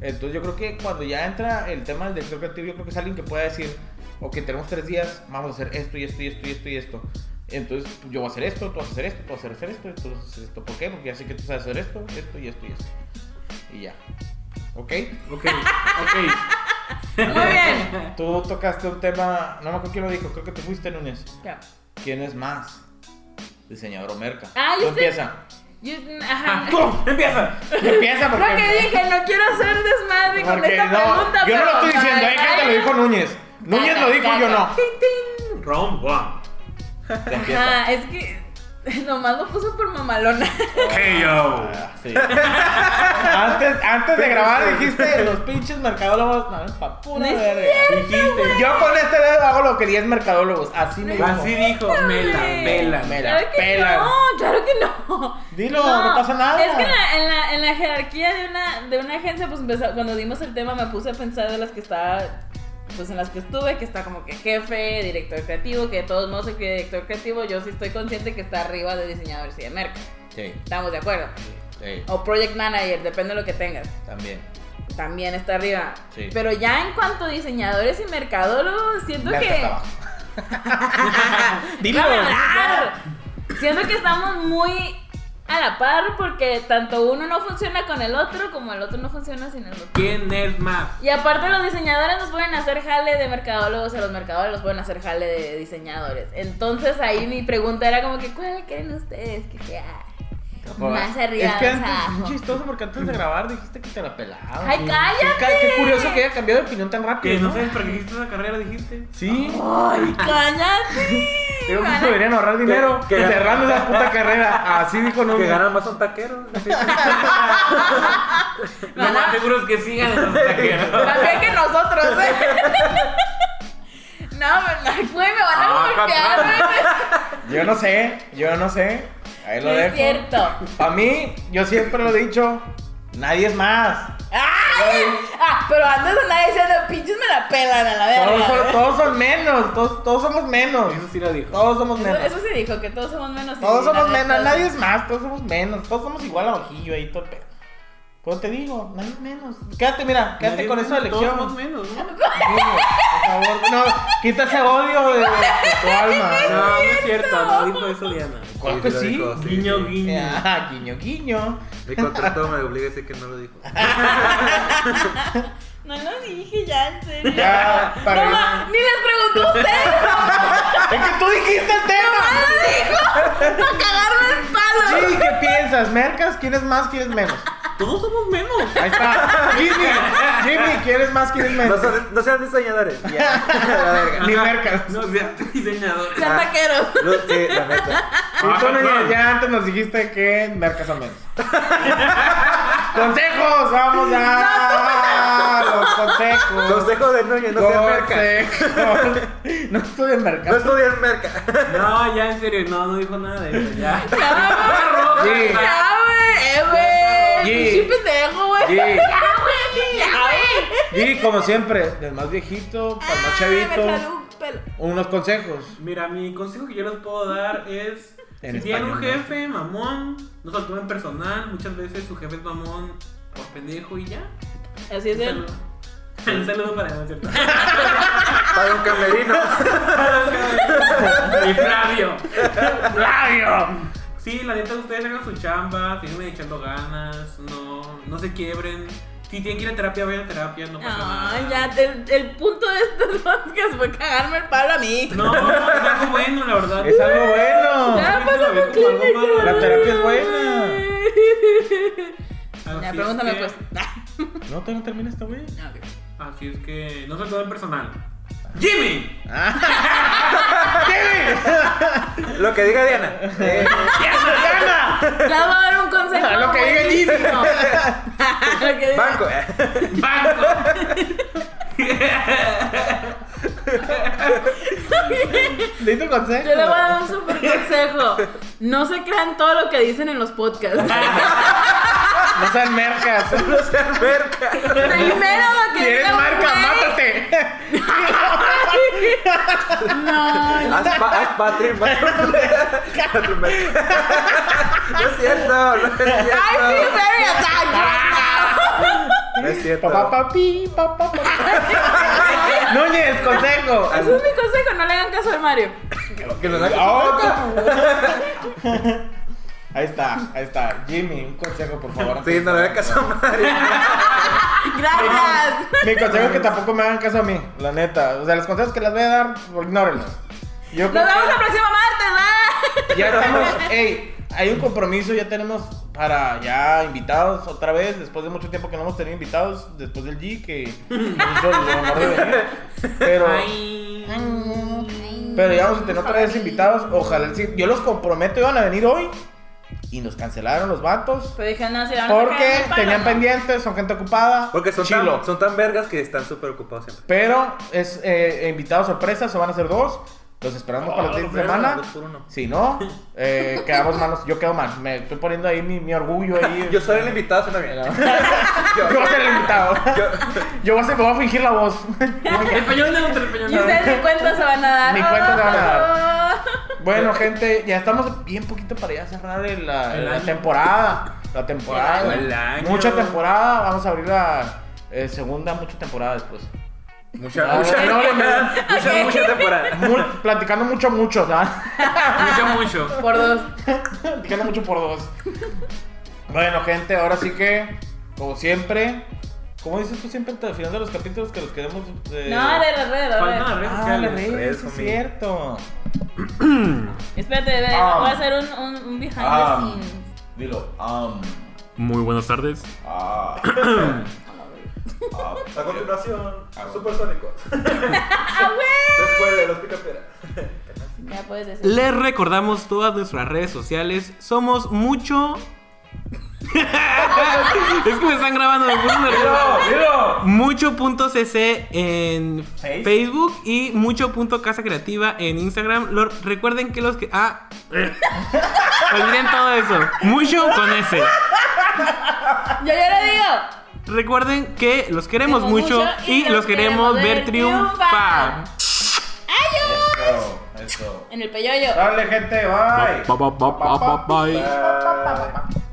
A: Entonces, yo creo que cuando ya entra el tema del director creativo, yo creo que es alguien que pueda decir, ok, tenemos tres días, vamos a hacer esto y esto y esto y esto y esto. Entonces, yo voy a hacer esto, tú vas a hacer esto, tú vas a hacer esto, tú vas a hacer esto. ¿Por qué? Porque ya sé que tú sabes hacer esto, esto y esto y esto. Y ya. ¿Ok?
E: Ok, ok.
D: Muy bien.
A: Tú tocaste un tema, no me acuerdo quién lo dijo, creo que te fuiste Núñez.
D: Ya.
A: ¿Quién es más? Diseñador o merca.
D: Ah, yo
A: Tú
D: sé.
A: empieza.
D: Yo,
A: *laughs*
E: Ah,
D: *laughs* ajá.
A: ¡Tú! ¡Empieza! ¡Empieza porque!
D: *laughs* Lo que dije, no quiero hacer desmadre con
A: porque
D: esta
A: no,
D: pregunta.
A: yo no lo
D: pero-
A: estoy diciendo, hay gente lo dijo Núñez. Núñez lo dijo, yo no.
E: Round one.
A: Te empieza.
D: Ajá, Ah, es que *laughs* nomás lo puso por mamalona.
E: KO.
A: Ah, sí. antes, antes de grabar dijiste los pinches mercadólogos. No, es pa' pura
D: No es
A: verga.
E: Dijiste.
A: Yo con este dedo hago lo que 10 mercadólogos. Así me dijo.
E: Así dijo. Mela, mela.
A: Me la
D: Claro que
A: pelan.
D: no, claro que no.
A: Dilo, no pasa nada.
D: Es que en la, en la, en la jerarquía de una, de una agencia, pues empezó- cuando dimos el tema me puse a pensar de las que estaba, pues en las que estuve, que está como que jefe, director creativo, que de todos modos el que director creativo, yo sí estoy consciente que está arriba de diseñadores y de merca.
A: Sí,
D: Estamos de acuerdo.
A: sí,
D: O project manager, depende de lo que tengas.
A: también.
D: También está arriba.
A: Sí.
D: Pero ya en cuanto a diseñadores y mercadólogos, siento
A: Merca
D: que...
A: está abajo. Dilo.
D: ¡Déjame hablar! Siento que estamos muy a la par porque tanto uno no funciona con el otro como el otro no funciona sin el otro.
E: ¿Quién es más?
D: Y aparte los diseñadores nos pueden hacer jale de mercadólogos, a los mercadólogos los pueden hacer jale de diseñadores. Entonces ahí mi pregunta era como que ¿cuál creen ustedes que sea más arriba?
A: Es que
D: más
A: antes,
D: abajo?
A: es chistoso porque antes de grabar dijiste que te la pelaba.
D: Ay,
A: Sí.
D: cállate.
A: Qué, ca- qué curioso que haya cambiado de opinión tan rápido.
E: Que no
A: ¿no?
E: sabes para qué hiciste esa carrera, dijiste.
A: Sí.
D: ¡Ay,
A: *laughs*
D: cállate!
A: Digo, pues
D: Van a-
A: deberían ahorrar dinero
C: que-
A: cerrando esa puta carrera. Así dijo no.
C: Que ganan más son taqueros.
E: *laughs* Lo más seguro es que sigan esos taqueros.
D: También que nosotros,
A: *laughs*
D: ¿eh? *laughs* No, no, güey, me van a
E: Ah,
D: golpear, güey.
A: Yo no sé, yo no sé. Ahí lo
D: No es
A: dejo.
D: cierto.
A: A mí, yo siempre lo he dicho, nadie es más.
D: ¡Ay! Ah, pero antes andaba diciendo, pinches me la pelan a la
A: Todos
D: verga.
A: son, todos son menos, todos, todos somos menos.
E: Eso sí lo dijo.
A: Todos somos
D: Eso,
A: menos.
D: eso se dijo, que todos somos menos.
A: Todos
D: sí, la
A: somos
D: neta.
A: menos, nadie es más, todos somos menos, todos somos igual a ojillo ahí, todo el pedo. Pero te digo, nadie es menos. Quédate, mira, quédate con eso de
E: Todos
A: elección.
E: más
A: *laughs*
E: menos, ¿no?
A: Por favor, no, quita ese odio de, de tu alma.
E: *laughs* No, no es cierto, no dijo eso Diana.
A: Claro que sí.
E: Guiño, guiño.
A: Ah, guiño, guiño.
C: Mi
A: *laughs*
C: contrato me obliga a decir que no lo dijo.
D: No lo dije ya, en serio.
A: Ya, para-
D: no, ma, ni les preguntó a ustedes. *laughs*
A: Es que tú dijiste el tema.
D: Para cagarme el palo.
A: Sí, ¿qué piensas? ¿Mercas? ¿Quién es más? ¿Quién es menos?
E: Todos somos menos.
A: Ahí está. Jimmy, Jimmy, ¿quién es más? ¿Quién es
C: No
A: menos?
C: sean, no sean diseñadores.
A: Ya. La verga. Ni mercas.
E: No, o sea, *laughs* diseñadores.
A: Ah. *laughs*
D: Sean taqueros.
C: No, sí, la neta.
A: Y tú ya, ya antes nos dijiste que mercas a menos. *laughs* consejos, vamos a los consejos.
C: Consejo de Núñez, no sean merca.
A: Consejos. *laughs* No estudien mercas.
C: No estudian merca.
E: No, ya en serio, no, no dijo nada de eso. Ya.
D: Ya,
A: Sí.
D: güey. Ya, güey. Eh, güey.
A: Sí.
D: Pinche pendejo, güey.
A: Sí.
D: Ya, güey. Ya, güey.
A: Y como siempre, del más viejito para el más
D: Ah, Me
A: chavito,
D: jaló un pelo.
A: unos consejos.
E: Mira, mi consejo que yo les puedo dar es:
A: En
E: si tienen un
A: español, ¿no?
E: jefe mamón, no se lo tomen personal. Muchas veces su jefe es mamón por pendejo y ya.
D: Así es
E: Un
D: él.
E: saludo. Un saludo *laughs* para no es
D: *laughs*
E: cierto.
C: Para un camerino.
E: Mi Flavio.
A: ¡Flavio!
E: Sí, la neta, ustedes hagan su chamba, sigan echando ganas, no, no se quiebren. Si tienen que ir a terapia, vayan a terapia, no pasa
D: Ay,
E: nada.
D: ya, el, el punto de estos *laughs* podcast fue cagarme el palo a mí.
E: No, es algo bueno, la verdad.
A: Es algo bueno.
D: ya,
E: no,
D: pásame
E: no,
D: un
E: no, no,
D: Kleenex,
E: no, no,
A: La terapia es buena.
D: Ya,
E: Así es
D: pregúntame
E: que-
D: pues. *laughs*
A: No, todavía no termina esta, güey.
D: Ah, ok.
E: Así es que no se todo en personal. ¡Jimmy!
C: Lo que diga Diana. Eh,
D: Le voy a dar
E: *laughs*
D: un consejo.
A: Ah, Lo que diga Jimmy.
D: buenísimo. *laughs* Lo que diga-
C: banco. *laughs*
E: ¡Banco!
A: ¿Le tu consejo?
D: Yo le voy a dar un super consejo. No se crean todo lo que dicen en los
E: *laughs*
D: podcasts.
A: No sean mercas.
C: No se alberca.
D: Primero lo que
A: Si eres
D: diga un
A: marca,
D: güey-
A: mátate.
D: No,
C: Haz, pa- haz
A: *laughs*
C: Patrick. Patrick. Patrick. No es cierto. No
D: I
C: es
D: feel
C: cierto.
D: very attacked right now.
C: No es cierto.
A: Papá, papi, papá, papi. Núñez, consejo.
D: Ese es mi consejo, no le hagan caso al Mario.
C: Que Ah, nos haga
A: Ah, tú.
C: su
A: *laughs* Ahí está, ahí está. Jimmy, un consejo, por favor.
C: Sí, no le hagas
A: *laughs*
C: caso a Mario.
D: Gracias.
A: Mi consejo es que tampoco me hagan caso a mí, la neta. O sea, los consejos que les voy a dar, ignórenlos. Yo creo
D: Nos vemos
A: que-
D: el próximo martes,
A: *laughs* Ya estamos, ey, hay un compromiso, ya tenemos para ya invitados otra vez, después de mucho tiempo que no hemos tenido invitados, después del G que *laughs* nos hizo el honor de venir. Pero,
E: Ay.
A: pero ya vamos a tener otra vez invitados, ojalá, sí, yo los comprometo, iban a venir hoy y nos cancelaron los vatos.
D: Pero dije, no, si vamos a caer en
A: Porque
D: el palo,
A: tenían
D: ¿no?
A: pendientes, son gente ocupada.
C: Porque son
A: chilo.
C: tan, son tan vergas que están súper ocupados siempre.
A: Pero es eh, invitado sorpresa, se van a hacer dos. Los esperamos para la
C: Oh,
A: siguiente
C: verga,
A: semana.
C: dos por uno.
A: Si no, eh, quedamos manos. Yo quedo mal. Me estoy poniendo ahí mi, mi orgullo ahí.
C: Yo soy el invitado, suena bien. *laughs* Yo-
A: *laughs* Yo voy a ser el invitado. Yo,
C: yo-
A: voy, a ser- voy a fingir la voz.
E: El peñón neutro, el peñón
D: Y ustedes ni cuentas se van a dar.
A: Ni cuentas se van a
D: dar.
A: bueno, gente, ya estamos bien poquito para ya cerrar el- la,
E: El
A: la
E: año.
A: temporada. La temporada.
E: El año.
A: Mucha temporada. Vamos a abrir la eh, segunda, mucha temporada después.
C: Mucha,
A: Ah,
C: mucha,
A: no, no, no.
C: mucha, mucha temporada.
A: Muy- platicando mucho, mucho, ¿sabes? *laughs*
D: Ah.
E: Mucho, mucho.
D: *laughs* Por dos.
A: Picando mucho por dos. Bueno, gente, ahora sí que, como siempre, como dices tú siempre al final de los capítulos que los queremos. eh,
D: No, de las redes,
E: Faltan las
D: a ver.
E: redes
A: Ah, las
E: sociales.
A: redes,
C: Eso,
A: es
C: mi-
A: cierto.
D: Espérate, ve,
A: Ah.
D: voy a hacer un, un, un behind
A: Ah.
D: the scenes.
A: Dilo. am,
E: Muy buenas tardes.
A: *coughs* ah, ah.
C: A continuación,
A: Ah, bueno.
C: Supersónicos.
D: ¡Ah, güey!
C: Después de los picaperas.
D: Ya puedes decir.
E: Les recordamos todas nuestras redes sociales. Somos mucho. *laughs* es que me están grabando, me puse nervioso.
A: Dilo.
E: Mucho.cc en
A: Face.
E: Facebook y mucho.casa creativa en Instagram. Lo- recuerden que los que. Ah. Olviden todo eso. Mucho con S.
D: Yo ya lo digo.
E: Recuerden que los queremos
D: Queremos
E: mucho y los queremos ver triunfar.
A: Eso, eso.
D: En el peyoyo.
A: Dale, gente, bye.
E: Ba, ba, ba, ba, ba, bye.
A: Bye.